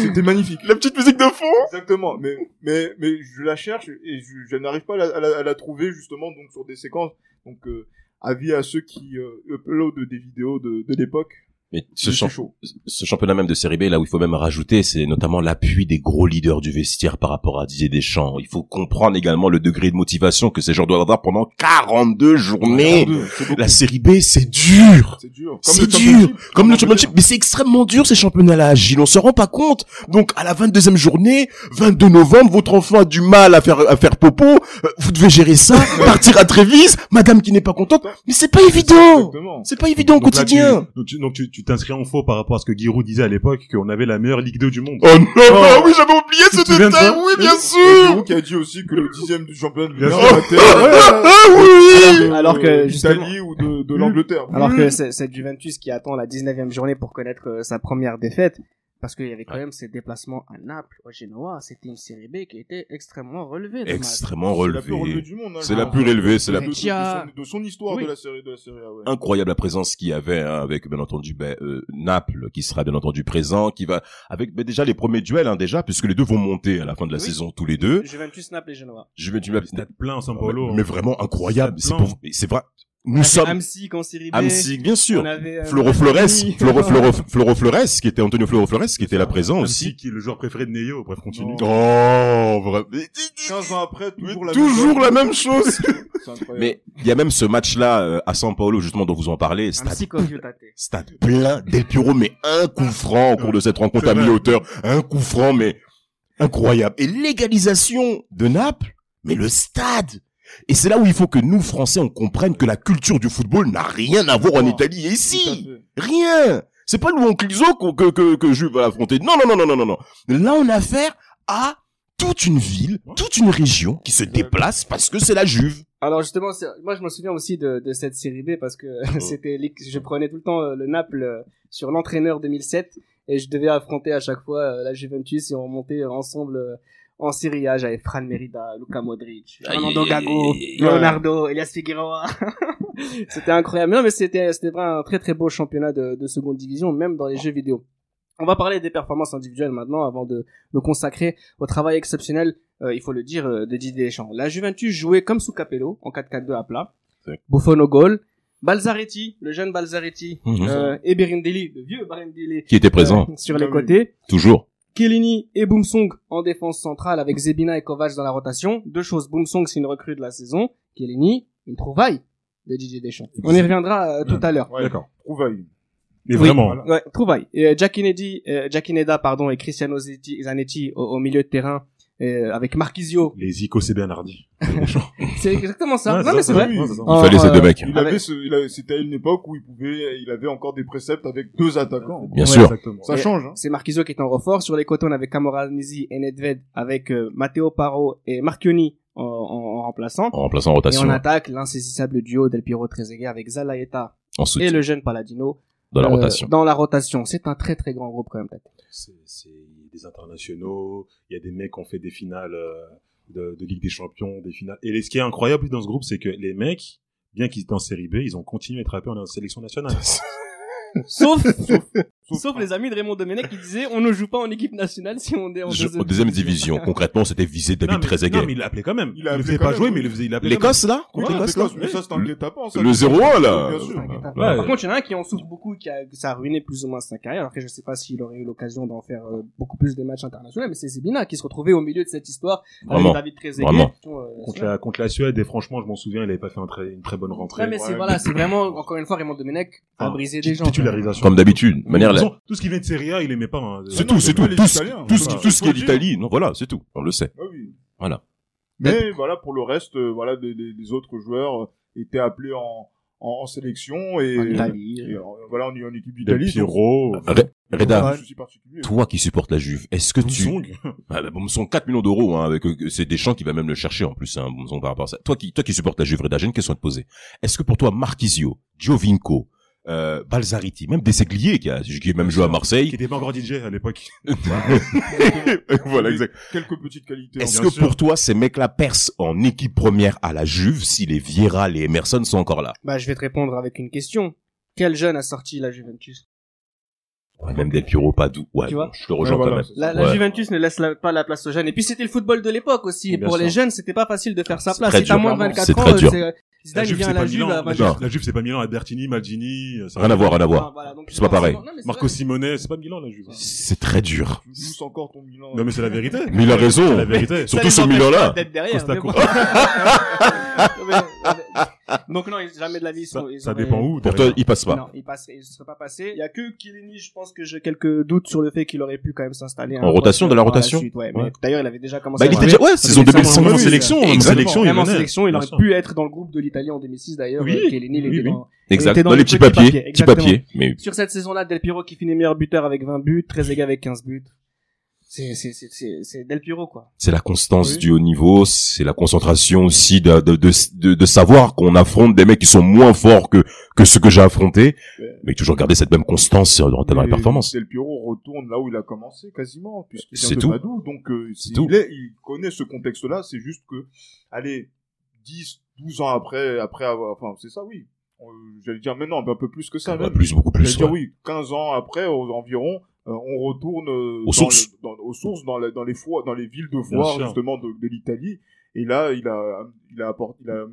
G: C'était magnifique.
H: Ah La petite musique de fond
G: Exactement, mais mais mais je la cherche et je, je n'arrive pas à la, à la- à la trouver justement donc sur des séquences. Donc euh, avis à ceux qui euh, uploadent des vidéos de, de l'époque.
E: Mais ce,
G: C'est
E: champ-
G: chaud.
E: ce championnat même de série B, là où il faut même rajouter, c'est notamment l'appui des gros leaders du vestiaire par rapport à Didier Deschamps. Il faut comprendre également le degré de motivation que ces gens doivent avoir pendant 42 journées.
G: C'est beaucoup,
E: La série B, c'est dur.
G: c'est dur.
H: C'est
G: le
H: dur.
G: championship.
H: Comme le championship, mais c'est extrêmement dur ces championnats-là, Gilles, on se rend pas compte. Donc à la 22e journée, 22 novembre, votre enfant a du mal à faire à faire popo, euh, vous devez gérer
E: [LAUGHS]
H: ça, partir à Trévise, madame qui n'est pas contente, mais c'est pas évident.
G: Exactement.
H: C'est pas évident au
F: Donc là, tu-
H: quotidien.
F: donc tu- Donc tu tu t'inscris en faux par rapport à ce que Giroud disait à l'époque, qu'on avait la meilleure Ligue 2 du monde.
H: Oh non, bah oui, j'avais oublié
F: Tu te souviens de
H: [LAUGHS]
F: ça
G: Et Giroud qui a dit aussi que le dixième du championnat de
F: Bien
G: l'Union
F: sûr.
G: était euh,
H: [LAUGHS] Ah oui
D: Alors que, justement-
G: d'Italie ou de, de l'Angleterre.
D: Alors que c'est- cette Juventus qui attend la 19e journée pour connaître euh, sa première défaite, parce qu'il y avait quand même ces déplacements à Naples, au Genoa, c'était une série B qui était extrêmement relevée. le match.
E: Extrêmement
G: C'est la plus relevée
E: relevé.
G: du monde. hein,
E: C'est
G: je
E: la
G: pense.
E: plus relevée, c'est la
G: de,
E: plus...
G: de- de
D: Vecchia.
G: son, de son histoire
D: Oui.
G: de la série de la série A. Ouais.
E: Incroyable la présence qu'il y avait hein, avec bien entendu ben, euh, Naples qui sera bien entendu présent, qui va avec ben, déjà les premiers duels hein, déjà puisque les deux vont monter à la fin de la
D: Oui.
E: saison tous les deux.
D: Juventus, Naples et Genoa.
E: Juventus Naples-
F: Stade plein hein. à São Paulo.
E: Mais vraiment incroyable. C'est pour- mais c'est vrai. Nous
D: On avait
E: sommes
D: Amsic en série B.
E: Amsic, bien sûr.
D: on avait, euh,
E: Floro
D: Maldini.
E: Flores, Floro, Floro, Floro Flores, qui était Antonio Floro Flores, qui était là présent
F: Même
E: aussi.
F: si qui est le joueur préféré de Neyo. Bref, continue.
E: Oh, vrai- mais-
G: 15 ans après, toujours la
E: Toujours la
G: même
E: même
G: [LAUGHS]
E: chose.
G: C'est incroyable.
E: Mais il y a même ce match-là euh, à San Paolo, justement, dont vous en parlez. Stade,
D: Amsic en Viotate.
E: stade plein Del Piero, mais un coup franc au cours de cette rencontre
F: C'est
E: à
F: vrai.
E: mi-hauteur. Un coup franc, mais incroyable. Et l'égalisation de Naples, mais le stade. Et c'est là où il faut que nous, Français, on comprenne que la culture du football n'a rien à voir en
G: Oh,
E: Italie et
G: Tout à
E: ici.
G: fait.
E: Rien. C'est pas Louis Clisot qu'on- que, que, que Jules va affronter. Non, non, non, non, non, non, non. Là, on a affaire à toute une ville, toute une région qui se déplace parce que c'est la Juve.
D: Alors justement, c'est- moi je me souviens aussi de, de cette série B parce que
E: Oh.
D: [LAUGHS] c'était l'équ- je prenais tout le temps euh, le Naples euh, sur l'entraîneur 2007 et je devais affronter à chaque fois euh, la Juventus et on remontait euh, ensemble euh, en Serie A. J'avais Fran Merida, Luca Modric,
E: Aïe,
D: Fernando
E: aïe, aïe,
D: Gago,
E: aïe, aïe.
D: Leonardo, Elias Figueroa. [LAUGHS] c'était incroyable. Mais Non mais c'était c'était vraiment un très très beau championnat de, de seconde division même dans les jeux vidéo. On va parler des performances individuelles maintenant avant de nous consacrer au travail exceptionnel euh, il faut le dire, euh, de Didier Deschamps. La Juventus jouait comme sous Capello, en 4-4-2 à plat.
E: Ouais.
D: Buffon au goal. Balzaretti, le jeune Balzaretti,
F: Mmh.
E: Mhm.
D: euh, et Berindelli, le vieux Berindelli,
E: Qui était présent,
D: euh, [LAUGHS] sur les
G: Ah oui.
D: côtés.
E: toujours.
D: Kellini et Boomsong en défense centrale avec Zebina et Kovacs dans la rotation. Deux choses, Boomsong c'est une recrue de la saison. Kellini, une trouvaille de Didier Deschamps. On y reviendra euh, tout
F: Mmh.
D: à l'heure.
G: Ouais,
F: D'accord.
G: Trouvaille.
F: Mais
D: Oui.
F: vraiment.
D: Ouais, trouvaille. Et euh, Jack Kennedy, euh, Jack Ineda, pardon, et Cristiano Zanetti, Zanetti au, au milieu de terrain, euh, avec Marquisio.
F: Les Zico, c'est Bernardi.
D: C'est exactement ça.
F: Ouais,
D: non
F: c'est
D: mais
F: ça,
D: c'est vrai.
F: oui,
G: vrai.
F: c'est ça.
E: Il fallait ces deux mecs.
G: Il
D: Ah,
G: avait
D: mais-
G: ce, il avait- c'était à une époque où il pouvait, il avait encore des préceptes avec deux attaquants.
E: Bien sûr.
F: Exactement.
G: Ça
D: Et-
G: change, hein.
D: C'est Marquisio qui est en renfort. Sur les côtés, on avait Camoranesi et Nedved avec euh, Matteo Paro et Marchioni en, en- en remplaçant.
E: En remplaçant en
D: Et
E: rotation,
D: on attaque l'insaisissable duo Del Piero Trezeguet avec Zalaeta
E: en
D: et
E: soutien,
D: le jeune Paladino
E: dans la
D: euh,
E: rotation.
D: dans la rotation. C'est un très très grand groupe quand même. peut-être.
F: C'est c'est des internationaux. Il y a des mecs qui ont fait des finales euh, de, de Ligue des Champions, des finales. Et les- ce qui est incroyable dans ce groupe, c'est que les mecs, bien qu'ils étaient en série B, ils ont continué à être appelés en sélection nationale.
D: [LAUGHS] Sauf, [LAUGHS] sauf, les amis de Raymond Domenech qui disaient on ne joue pas en équipe nationale si on est en
E: Je- en deuxième division,
D: [LAUGHS]
E: concrètement, c'était visé [LAUGHS]
F: Non,
E: David
F: mais- Non, mais
E: Trezeguet.
F: il l'appelait quand même.
G: Il
F: Il,
G: l'a
F: le
G: appelé
F: faisait
G: quand
F: pas
G: même,
F: jouer,
G: oui.
F: mais il le faisait, il l'appelait quand
E: L'Écosse, là
G: Oui,
E: Contre
G: la
E: l'Écosse, là
G: Pécosse, mais ça, c'est un
E: Le-
G: guet-apens, ça.
E: Le 0-1,
G: Bien
E: là
G: sûr.
E: Ouais.
D: Par contre, il y en a un qui en souffre beaucoup, qui a, que ça a ruiné plus ou moins sa carrière. Après, je sais pas s'il aurait eu l'occasion d'en faire euh, beaucoup plus des matchs internationaux, mais c'est Zebina qui se retrouvait au milieu de cette histoire
E: Ah, Vraiment.
D: avec David Trezeguet.
E: Vraiment.
D: Euh,
F: contre la, contre la Suède, et franchement, je m'en souviens, il avait pas fait un très- une très bonne rentrée.
D: Ouais, mais c'est
G: Ouais.
D: voilà, c'est vraiment encore une fois Raymond Domenech a
F: Ah,
D: brisé des
F: Tit-
D: gens.
F: Titularisation.
E: Comme d'habitude, de manière...
F: De toute façon, tout ce qui vient de Serie A, il aimait pas. hein.
E: C'est
F: Non,
E: tout,
F: non,
E: c'est
F: mais
E: tout,
G: pas les
E: tout,
G: Italiens, hein.
E: tout ce qui,
G: voilà.
E: tout ce qui
G: Faut
E: est
G: le dire.
E: l'Italie. Non, voilà, c'est tout. On le sait.
G: Ah oui.
E: Voilà.
G: Mais voilà, pour le reste, euh, voilà, les, les- les autres joueurs euh, étaient appelés en, en, en sélection et,
D: En Italie.
G: et, euh, voilà, on est en équipe
F: Del
G: d'Italie. donc
F: Piero.
E: Ré- Reda,
G: Je suis particulier.
E: toi qui supportes la Juve, est-ce que tu...
F: Samsung.
E: Ah bah, bon, sont 4 millions d'euros, hein, avec euh, c'est Deschamps qui va même le chercher en plus, hein, bon, son par rapport à ça. Toi qui, toi qui supportes la Juve, Reda, j'ai une question à te poser. Est-ce que pour toi, Marquisio, Giovinco, euh, Balzariti, même Desseglier qui a, qui a même joué à
F: Qui
E: Marseille,
F: était pas encore DJ à l'époque.
E: [LAUGHS] voilà, exact.
G: Quelques petites qualités.
E: Est-ce
G: bien
E: que
G: sûr.
E: pour toi, ces mecs-là percent en équipe première à la Juve si les Vieira, les Emerson sont encore là
D: Bah, je vais te répondre avec une question. Quel jeune a sorti la Juventus
E: Même des Piro Padoue. Ouais,
D: Tu vois
E: bon, je te rejoins
G: Ouais,
E: quand
G: voilà,
E: même.
G: c'est
D: La,
G: ça.
D: la
E: Ouais.
D: Juventus ne laisse la- pas la place aux jeunes. Et puis c'était le football de l'époque aussi.
F: Bien
D: Et pour
F: sûr.
D: les jeunes, c'était pas facile de faire sa
E: C'est
D: place.
E: très
D: Si t'as
E: dur.
D: moins de
E: C'est
D: 24 ans,
E: très dur.
D: euh, c'est Zidane il vient à la Juve à
F: La
D: 24
F: Juve, la Juve, c'est pas Milan. Albertini, Maldini. euh, ça-
E: Rien à voir, rien à voir.
D: Ah, voilà, donc
E: C'est pas pareil.
D: forcément- non, mais c'est
F: Marco
D: vrai.
F: Simonet, c'est pas Milan la Juve. hein.
E: C'est très dur.
G: Tu lousses encore ton Milan.
F: Non mais c'est la vérité.
E: Mais il a raison.
F: C'est la vérité.
E: Surtout
D: Ça
E: ce
D: les empêche
E: Milan-là.
D: pas d'être derrière,
F: Costa
D: mais bon. [LAUGHS] Mais- mais- euh, Donc non, ils- jamais de la vie. ils
F: Ça,
D: sont- ils
F: ça
D: auraient-
F: dépend où.
E: Pour toi,
F: derrière.
E: il passe pas.
D: Non, il passe, il serait pas passé. Il y a que Kilini, je pense que j'ai quelques doutes sur le fait qu'il aurait pu quand même s'installer. à un
E: En rotation,
D: poste
E: dans la
D: par
E: rotation
D: suite, ouais,
E: Ouais.
D: mais D'ailleurs, il avait déjà commencé.
E: Bah, il
D: à
E: était déjà, ouais, saison
D: ça,
E: 2005.
D: moi,
F: Même en
D: oui,
F: sélection, même en
E: exactement.
F: sélection, il
D: Même en
F: venait.
D: sélection, il
F: Bien
D: aurait
F: sûr.
D: pu être dans le groupe de l'Italie en 2006 d'ailleurs.
F: Oui,
D: euh, Chiellini, il
F: oui,
D: était
F: oui.
D: dans-
E: Exact.
D: était
E: Dans les petits papiers. Petits
D: exactement.
E: papiers. Mais
D: Sur cette saison-là, Del Piro qui finit meilleur buteur avec 20 buts, 13 égaux avec 15 buts. C'est, c'est, c'est, c'est, c'est Del Piro, quoi.
E: c'est la constance
D: Oui.
E: du haut niveau, c'est la concentration aussi de, de, de, de, de savoir qu'on affronte des mecs qui sont moins forts que, que ceux que j'ai affrontés,
G: Ouais.
E: mais toujours garder cette même constance dans, dans les
G: Mais
E: performances.
G: Del Piero retourne là où il a commencé quasiment puisqu'il vient
E: C'est
G: de
E: tout.
G: Padoue, donc euh,
E: C'est
G: il,
E: tout.
G: est- il connaît ce contexte-là, c'est juste que allez 10 12 ans après après avoir enfin c'est ça oui. Euh, J'allais dire mais non, mais un peu plus que ça
E: Ouais,
G: même.
E: Plus, beaucoup
G: J'allais
E: plus.
G: dire
E: ouais.
G: oui, 15 ans après aux- environ euh, on retourne euh,
E: Aux
G: dans
E: sources.
G: le- dans- aux sources dans, la- dans les foires, dans les villes de
F: Bien
G: foires
F: sûr.
G: justement de, de l'Italie et là il a il a apporté il a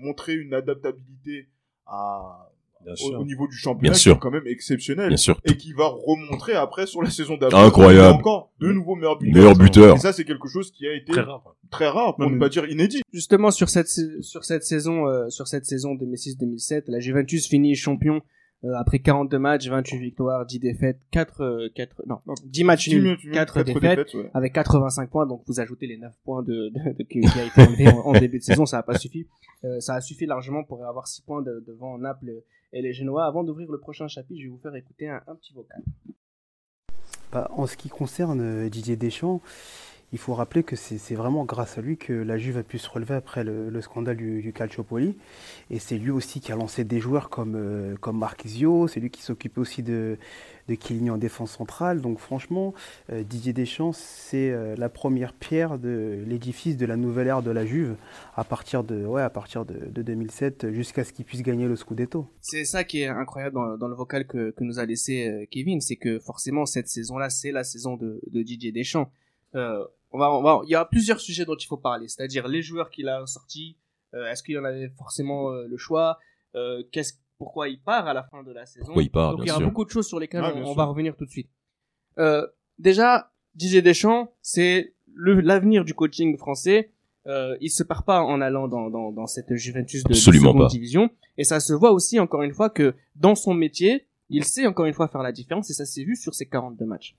G: montré une adaptabilité à
F: Bien
G: au,
F: sûr.
G: au niveau du championnat
E: Bien
G: qui
E: sûr.
G: est quand même exceptionnel
E: Bien sûr.
G: et qui va remontrer après sur la saison d'après.
E: Incroyable.
G: Encore de nouveaux meilleurs buteurs.
E: Meilleur buteur.
G: Et ça, c'est quelque chose qui a été
F: Très
G: très
F: rare.
G: rare, pour
F: Non,
G: ne
F: mais-
G: pas dire inédit.
D: Justement, sur cette, sa- sur cette saison, euh, sur cette saison 2006-2007, la Juventus finit champion euh, après 42 matchs, 28 victoires, 10 défaites, 4, 4, non, 10 matchs
G: Tu
D: nuls,
G: veux, tu veux,
D: 4,
G: quatre
D: défaites.
G: ouais.
D: avec 85 points, donc vous ajoutez les 9 points de, de, de- qui qui a été enlevé en, en début de saison, ça n'a pas suffi. Euh, ça a suffi largement pour avoir 6 points de- devant Naples et les Génois. Avant d'ouvrir le prochain chapitre, je vais vous faire écouter un, un petit vocal.
I: Bah, en ce qui concerne euh, Didier Deschamps, il faut rappeler que c'est c'est vraiment grâce à lui que la Juve a pu se relever après le, le scandale du, du Calciopoli. Et c'est lui aussi qui a lancé des joueurs comme, euh, comme Marquisio, c'est lui qui s'occupait aussi de, de Chiellini en défense centrale. Donc franchement, euh, Didier Deschamps, c'est euh, la première pierre de l'édifice de la nouvelle ère de la Juve à partir de, ouais, à partir de, de 2007 jusqu'à ce qu'il puisse gagner le Scudetto.
D: C'est ça qui est incroyable dans, dans le vocal que, que nous a laissé euh, Kevin, c'est que forcément cette saison-là, c'est la saison de, de Didier Deschamps. Euh, on va, on va, il y a plusieurs sujets dont il faut parler, c'est-à-dire les joueurs qu'il a sortis, euh, est-ce qu'il en avait forcément euh, le choix, euh, qu'est-ce, pourquoi il part à la fin de la saison.
E: Pourquoi il part,
D: Donc
E: Ah, bien
D: il y a
E: sûr.
D: beaucoup de choses sur lesquelles
G: Ouais,
D: on,
G: bien
D: on
G: sûr.
D: va revenir tout de suite. Euh, déjà, Didier Deschamps, c'est le- l'avenir du coaching français. Euh, il se part pas en allant dans, dans, dans cette Juventus de, de
E: Absolument
D: seconde
E: pas.
D: division. Et ça se voit aussi, encore une fois, que dans son métier, il sait encore une fois faire la différence et ça s'est vu sur ses 42 matchs.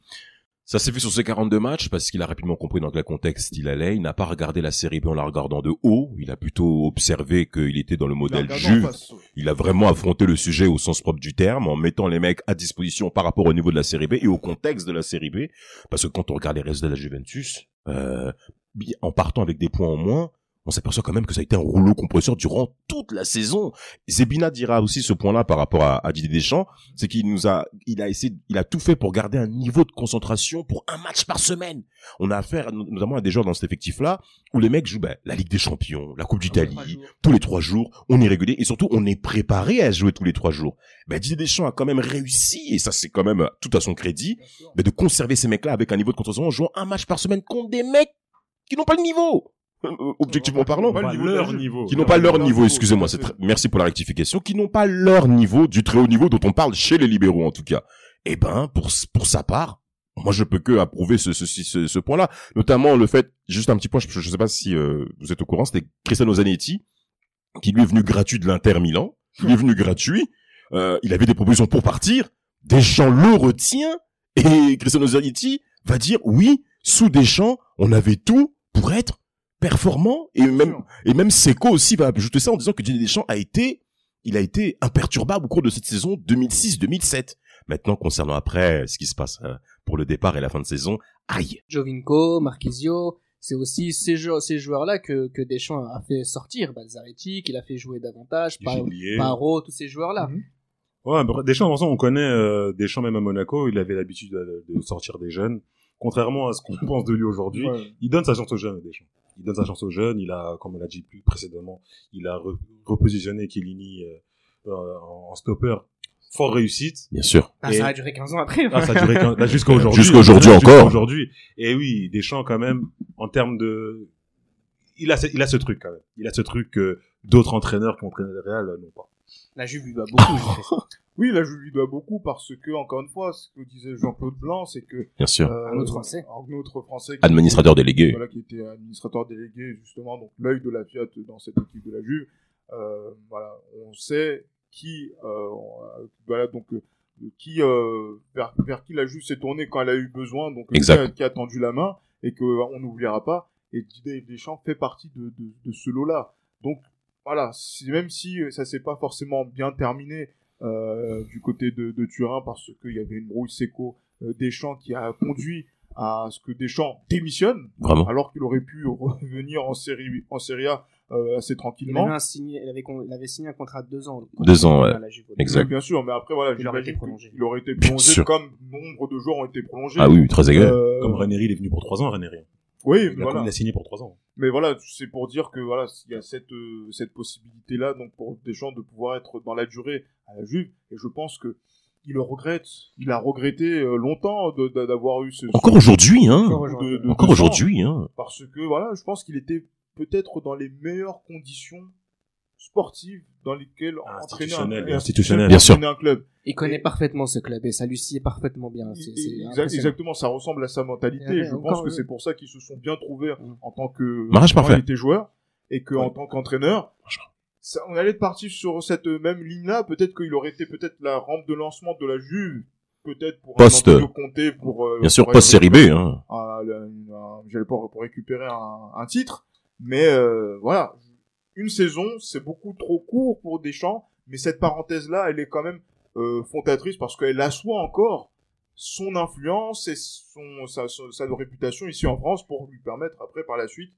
E: Ça s'est vu sur ses 42 matchs parce qu'il a rapidement compris dans quel contexte il allait. Il n'a pas regardé la série B en la regardant de haut. Il a plutôt observé qu'il était dans le modèle
G: Regarde en
E: Juve.
G: face.
E: Il a vraiment affronté le sujet au sens propre du terme en mettant les mecs à disposition par rapport au niveau de la série B et au contexte de la série B. Parce que quand on regarde les résultats de la Juventus, euh, bi- en partant avec des points en moins, on s'aperçoit quand même que ça a été un rouleau compresseur durant toute la saison. Zebina dira aussi ce point-là par rapport à, à Didier Deschamps, c'est qu'il nous a, il a essayé, il a tout fait pour garder un niveau de concentration pour un match par semaine. On a affaire no- notamment à des joueurs dans cet effectif-là où les mecs jouent ben, la Ligue des Champions, la Coupe d'Italie, tous les trois jours, on est régulier et surtout on est préparé à jouer tous les trois jours. Ben, Didier Deschamps a quand même réussi, et ça c'est quand même euh, tout à son crédit, ben, de conserver ces mecs-là avec un niveau de concentration en jouant un match par semaine contre des mecs qui n'ont pas le niveau, euh, euh, objectivement parlant.
F: Pas
G: Pas
F: leur
G: leur
F: niveau.
E: Qui n'ont pas leur niveau, excusez-moi, c'est très- merci pour la rectification, qui n'ont pas leur niveau du très haut niveau dont on parle chez les libéraux en tout cas. Eh ben, pour, s- pour sa part, moi je peux que approuver ce, ce, ce, ce point-là, notamment le fait, juste un petit point, je, je sais pas si euh, vous êtes au courant, c'était Cristiano Zanetti, qui lui est venu gratuit de l'Inter Milan, il est venu gratuit, euh, il avait des propositions pour partir, Deschamps le retient, et Cristiano Zanetti va dire oui, sous Deschamps, on avait tout pour être performant et même et même Seco aussi va ajouter ça en disant que Didier Deschamps a été, il a été imperturbable au cours de cette saison 2006-2007. Maintenant, concernant après ce qui se passe euh, pour le départ et la fin de saison, aïe.
D: Jovinko, Marquisio, c'est aussi ces joueurs, ces joueurs-là que, que Deschamps a fait sortir. Balzaretti, qu'il a fait jouer davantage, Par-
F: Gillier.
D: Paro, tous ces joueurs-là.
G: Mhm.
F: Ouais, br- Deschamps, de toute façon, on connaît euh, Deschamps même à Monaco, il avait l'habitude de, de sortir des jeunes. Contrairement à ce qu'on [LAUGHS] pense de lui aujourd'hui, il donne sa chance aux jeunes, Deschamps. Il donne sa chance aux jeunes, il a, comme on l'a dit plus précédemment, il a re- repositionné Chiellini euh, euh, en en stopper. Fort réussite.
E: Bien sûr.
D: Ah,
F: Et-
D: ça a duré 15 ans après.
F: Ah, ça a duré qu'un- bah, jusqu'à aujourd'hui.
E: Jusqu'à aujourd'hui
F: Jusqu'à
E: encore.
F: aujourd'hui. Et oui, Deschamps quand même, en termes de, il a, ce- il a ce truc quand même. Il a ce truc que d'autres entraîneurs qui ont entraîné le Real euh, n'ont pas.
D: La Juve lui doit beaucoup. je sais.
G: Oui, là, je lui dois beaucoup parce que, encore une fois, ce que disait Jean-Claude Blanc, c'est que...
E: Bien sûr.
G: euh,
D: Un autre Français.
G: Un autre Français. qui-
E: Administrateur délégué.
G: Voilà, qui était administrateur délégué, justement, donc l'œil de la Fiat dans cette équipe de la Juve. Euh, voilà, on sait qui, euh, on- euh, voilà, donc, euh, qui, euh, vers, vers qui la Juve s'est tournée quand elle a eu besoin, donc, euh,
E: Exact.
G: Qui, a, qui a tendu la main et que euh, on n'oubliera pas. Et Didier Deschamps fait partie de, de, de ce lot-là. Donc, voilà, c'est- même si euh, ça s'est pas forcément bien terminé euh, du côté de, de Turin parce qu'il y avait une brouille Seco euh, Deschamps qui a conduit à ce que Deschamps démissionne
E: Vraiment.
G: alors qu'il aurait pu [LAUGHS] revenir en série en série A euh,
D: Il
G: assez
D: avait,
G: tranquillement.
D: un signé, il, avait con- il avait signé un contrat de deux ans.
E: Deux ans, ouais.
D: À la Juve.
E: Exact.
G: Oui, Bien sûr, mais après voilà,
D: Il aurait été
G: j'imagine
D: prolongé.
G: qu'il aurait été
E: Bien
G: prolongé
E: sûr.
G: comme nombre de joueurs ont été prolongés.
E: Ah oui, très égal.
G: Euh,
F: Comme Ranieri, il est venu pour trois ans, Ranieri.
G: oui,
F: Il a,
G: voilà.
F: il a signé pour trois ans.
G: Mais voilà, c'est pour dire que voilà, il y a cette euh, cette possibilité là donc pour Deschamps de pouvoir être dans la durée à la Juve et je pense que il le regrette, il a regretté euh, longtemps de- de- d'avoir eu ce
E: Encore aujourd'hui, hein.
G: ce- de-
E: Encore
G: de- de Deschamps.
E: aujourd'hui, hein.
G: parce que voilà, je pense qu'il était peut-être dans les meilleures conditions sportives dans lesquelles
E: Ah,
G: entraîner un,
F: Institutionnel,
G: et
F: institutionnel.
E: Bien sûr.
G: entraîner un club.
D: Il connaît parfaitement ce club et ça lui sied parfaitement bien.
G: Il-
D: Ah, C'est-
G: il-
D: c'est
G: exact-
D: impressionnant.
G: exactement, ça ressemble à sa mentalité.
D: Et
G: et je
D: encore,
G: pense que
D: euh,
G: c'est pour ça qu'ils se sont bien trouvés
D: Mm.
G: en tant que
E: Marche
G: quand
E: parfait. Bah,
G: il était joueur et que en tant qu'entraîneur. ça- on allait partir sur cette même ligne-là. Peut-être qu'il aurait été peut-être la rampe de lancement de la Juve, peut-être pour
E: Poste.
G: un compter pour euh,
E: Bien sûr,
G: pour
E: post
G: être-
E: série B, hein.
G: à la- une- un- Ah, euh, j'allais pas pour récupérer un, un titre, mais euh, voilà, une saison, c'est beaucoup trop court pour Deschamps, mais cette parenthèse là, elle est quand même euh, fondatrice parce qu'elle assoit encore son influence et son sa, sa, sa réputation ici en France pour lui permettre après par la suite,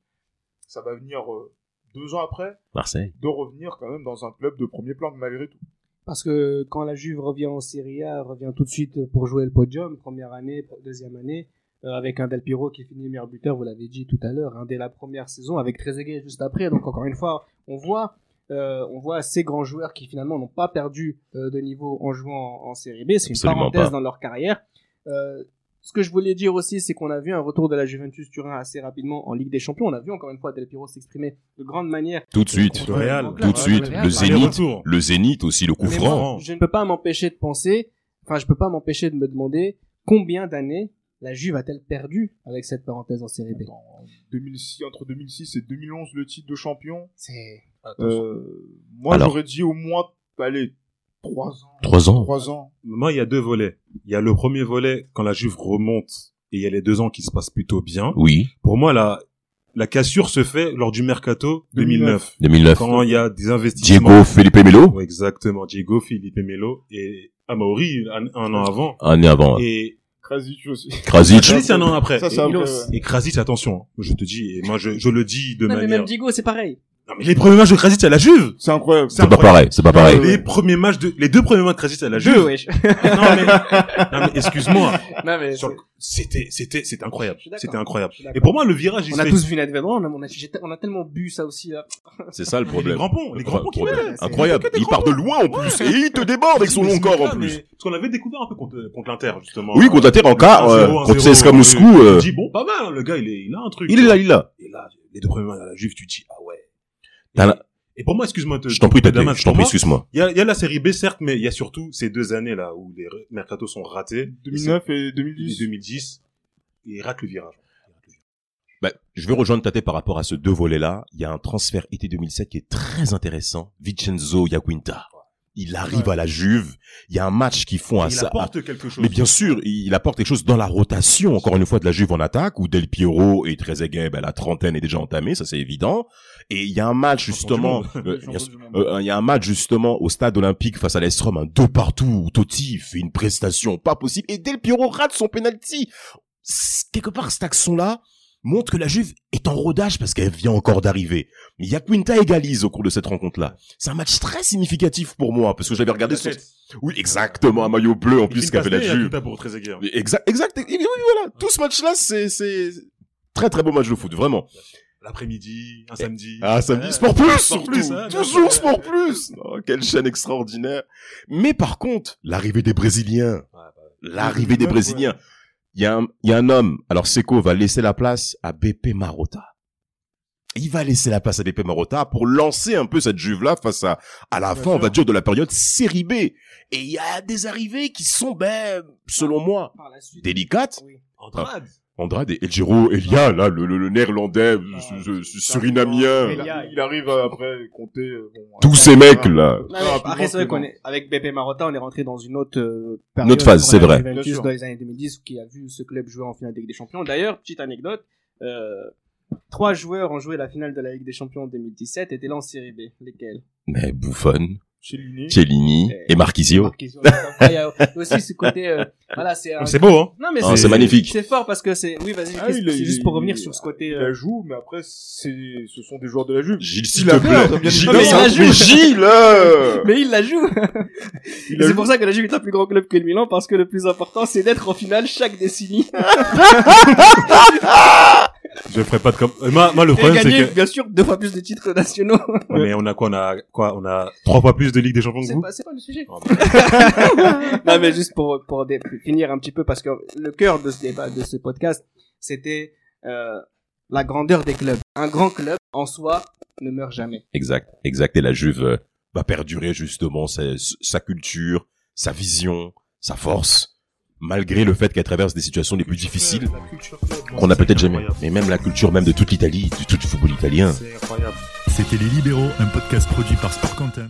G: ça va venir euh, deux ans après,
E: Marseille.
G: de revenir quand même dans un club de premier plan malgré tout.
D: Parce que quand la Juve revient en Serie A, revient tout de suite pour jouer le podium, première année, deuxième année, euh, avec un Del Piro qui finit meilleur buteur, vous l'avez dit tout à l'heure, hein, dès la première saison, avec Trezeguet juste après. Donc encore une fois, on voit, euh, on voit ces grands joueurs qui finalement n'ont pas perdu euh, de niveau en jouant en, en Serie B. C'est une
E: Absolument
D: parenthèse
E: pas.
D: dans leur carrière. Euh, ce que je voulais dire aussi, c'est qu'on a vu un retour de la Juventus Turin assez rapidement en Ligue des Champions. On a vu encore une fois Del Piro s'exprimer de grande manière.
E: Tout de suite.
D: contre
F: Real,
D: le Real.
E: Tout de suite.
D: Real,
E: Le
D: par
E: Zénith.
F: Retour.
E: Le Zénith aussi, le coup
D: mais
E: franc.
D: moi, je ne peux pas m'empêcher de penser, enfin, je peux pas m'empêcher de me demander combien d'années la Juve a-t-elle perdu avec cette parenthèse en série B
G: Dans 2006, entre 2006 et 2011, le titre de champion.
D: C'est
G: Euh, moi,
E: Alors.
G: j'aurais dit au moins, allez, trois ans.
E: Trois ans.
G: Trois ans.
F: Moi, il y a deux volets. Il y a le premier volet quand la Juve remonte et il y a les deux ans qui se passent plutôt bien.
E: Oui.
F: Pour moi, la, la cassure se fait lors du mercato 2009.
E: 2009.
F: Quand il y a des investissements.
E: Diego Felipe Melo.
F: Ouais, exactement. Diego, Philippe Melo et Amauri un, un an avant.
E: Un an avant.
F: Et
G: Krasic aussi.
E: Krasic.
F: Krasic, c'est un an après.
G: Ça, c'est après,
F: Et-
G: ouais.
F: et Krasic, attention, hein, je te dis, et moi je, je le dis de
D: Non, mais
F: manière...
D: même Digo, c'est pareil.
F: Non, mais les premiers matchs de Krasic à la Juve
G: C'est incroyable.
E: C'est pas pareil. C'est pas pareil.
F: Les premiers matchs de... Les deux premiers matchs de Krasic à la Juve
D: Deux, wesh.
F: Non mais, non, mais excuse-moi.
D: [LAUGHS] non, mais
F: Sur le- C'était, c'était, c'était incroyable.
D: Je suis d'accord.
F: C'était incroyable.
D: Je suis d'accord.
F: Et pour moi, le virage, il
D: on
F: se
D: a
F: fait-
D: tous vu Nedved, on a, on, a, j'ai- on a tellement bu ça aussi là.
E: C'est ça le
F: Mais les
E: problème.
F: grands ponts, les grands ponts qui
E: Problème.
F: mettent, c'est-
E: Incroyable.
F: c'est que des
E: Il
F: grands
E: part de
F: ponts.
E: loin en plus. Et il te déborde
F: Ouais.
E: avec son
F: Mais
E: long
F: c'est
E: corps en
F: ça, mais-
E: plus.
F: Parce qu'on avait découvert un peu contre, contre l'Inter, justement.
E: Oui, contre la Terre en quart, euh,
F: 1-0,
E: contre
F: 1-0,
E: CSKA Moscou,
F: tu te
E: euh,
F: dis, bon, pas mal, le gars, il, est, il a un truc.
E: il est là, il est là.
F: Et là, les deux premiers matchs à la Juve, tu te dis, ah ouais.
E: T'as
F: Et-
E: la-
F: Et pour moi, excuse-moi, te-
E: Je t'en prie,
F: te-
E: Tadej,
F: Damas,
E: Je t'en
F: pour
E: prie,
F: moi,
E: excuse-moi.
F: Il y a, il y a la série B, certes, mais il y a surtout ces deux années là où les re- mercatos sont ratés.
G: 2009 et
F: Et
G: 2010.
F: 2010, il rate le virage.
E: Bah, je vais rejoindre Tate par rapport à ce
J: E
E: deux volets-là. Il y a un transfert été 2007 qui est très intéressant. Vincenzo Yaguinta.
J: Il arrive à la Juve. Il y a un match qu'ils font à
F: Il
J: ça.
F: apporte quelque chose.
J: Mais bien sûr, il apporte quelque chose dans la rotation, encore une fois, de la Juve en attaque, où Del Piero et Trezeguet, ben, la trentaine est déjà entamée, ça c'est évident. Et il y a un match, justement,
E: [LAUGHS]
J: euh, bien sûr, euh, il y a un match, justement, au stade olympique face à l'Estrom, un deux partout, où Totti fait une prestation pas possible, et Del Piero rate son penalty. C- Quelque part, cette action-là montre que la Juve est en rodage parce qu'elle vient encore d'arriver. Mais Yaquinta égalise au cours de cette rencontre-là. C'est un match très significatif pour moi, parce que j'avais regardé sur... Oui, exactement, un maillot bleu en plus qu'avait la Juve.
F: pour Trezeguet. hein.
J: Mais Exact, exact. Et oui, oui, voilà. Tout ce match-là, c'est, c'est très très beau match de foot, vraiment.
F: L'après-midi, un samedi.
J: Ah, samedi,
F: Ouais.
J: Sport Plus,
F: Sport
J: surtout.
F: Plus, hein, bien
J: Toujours
F: sûr.
J: Sport Plus. Oh, quelle chaîne extraordinaire. Mais par contre, l'arrivée des Brésiliens. L'arrivée des Brésiliens. Il y, a un, il y a un homme. Alors, Seco va laisser la place à BP Marotta. Il va laisser la place à BP Marotta pour lancer un peu cette juve-là face à, à la
G: Bien
J: fin, on
G: sûr.
J: va dire, de la période série B. Et il y a des arrivées qui sont, ben, selon moi,
D: Par la suite.
J: délicates.
D: Oui.
F: Andrade.
J: Andrade et El Giro, Elia, là, le, le, le néerlandais,
D: Ah,
J: ce- ce- ce
G: Il,
J: surinamien.
G: il arrive euh, après compter. euh, bon,
J: Tous
G: après,
J: ces
G: euh,
J: mecs, là.
D: Non, mais
G: Ah, plus
D: après, c'est vrai
G: forcément.
D: qu'on est, avec BP Marotta, on est rentré dans une autre, euh,
J: Une autre phase,
D: pour
J: c'est
D: la
J: vrai.
G: Bien
D: Juventus
G: sûr.
D: dans les années 2010 qui a vu ce club jouer en finale de Ligue des Champions. D'ailleurs, petite anecdote, euh, trois joueurs ont joué la finale de la Ligue des Champions en 2017 et étaient là en Série B. Lesquels
J: Mais Buffon,
G: Chiellini.
J: Chiellini et Marquisio.
D: Marquisio. Après, il y a
J: [LAUGHS]
D: aussi ce côté, euh, voilà, c'est un-
F: C'est beau, hein.
D: Non, mais
J: Non, Oh, c'est magnifique.
D: C'est fort parce que c'est, oui, vas-y,
G: Ah,
D: qu'est-ce-
G: il a-
D: c'est juste
G: il-
D: pour revenir
G: il-
D: sur ce côté.
G: Il
D: euh,
G: la joue, mais après, c'est, ce sont des joueurs de la Juve. Il
J: Gilles, s'il
G: l'a
J: te
G: fait,
J: plaît.
G: on a bien
J: Gilles,
D: dit. Non, mais il a
J: mais
D: joué.
J: Gilles, euh,
D: Mais il la joue
G: Il a
D: C'est
G: joué.
D: pour ça que la Juve est un plus grand club que le Milan parce que le plus important c'est d'être en finale chaque décennie
F: Je ferai pas de com. Euh, Moi, moi, le
D: et
F: problème, c'est
D: gagner
F: que.
D: bien sûr deux fois plus de titres nationaux.
F: Ouais, mais on a quoi? On a quoi? On a trois fois plus de Ligue des Champions que
D: C'est
F: vous?
D: pas, c'est pas le
F: [LAUGHS]
D: sujet.
F: Ah
D: non mais juste pour pour dé- finir un petit peu parce que le cœur de ce débat de ce podcast c'était euh, la grandeur des clubs. Un grand club en soi ne meurt jamais.
J: Exact, exact. Et la Juve euh, va perdurer, justement, sa, sa culture, sa vision, sa force, malgré le fait qu'elle traverse des situations les plus difficiles
F: La culture club,
J: qu'on n'a
F: c'est
J: peut-être jamais.
F: incroyable.
J: Mais même la culture même de toute l'Italie, de tout le football italien.
F: C'est incroyable.
C: C'était Les Libéraux, un podcast produit par Sport Content.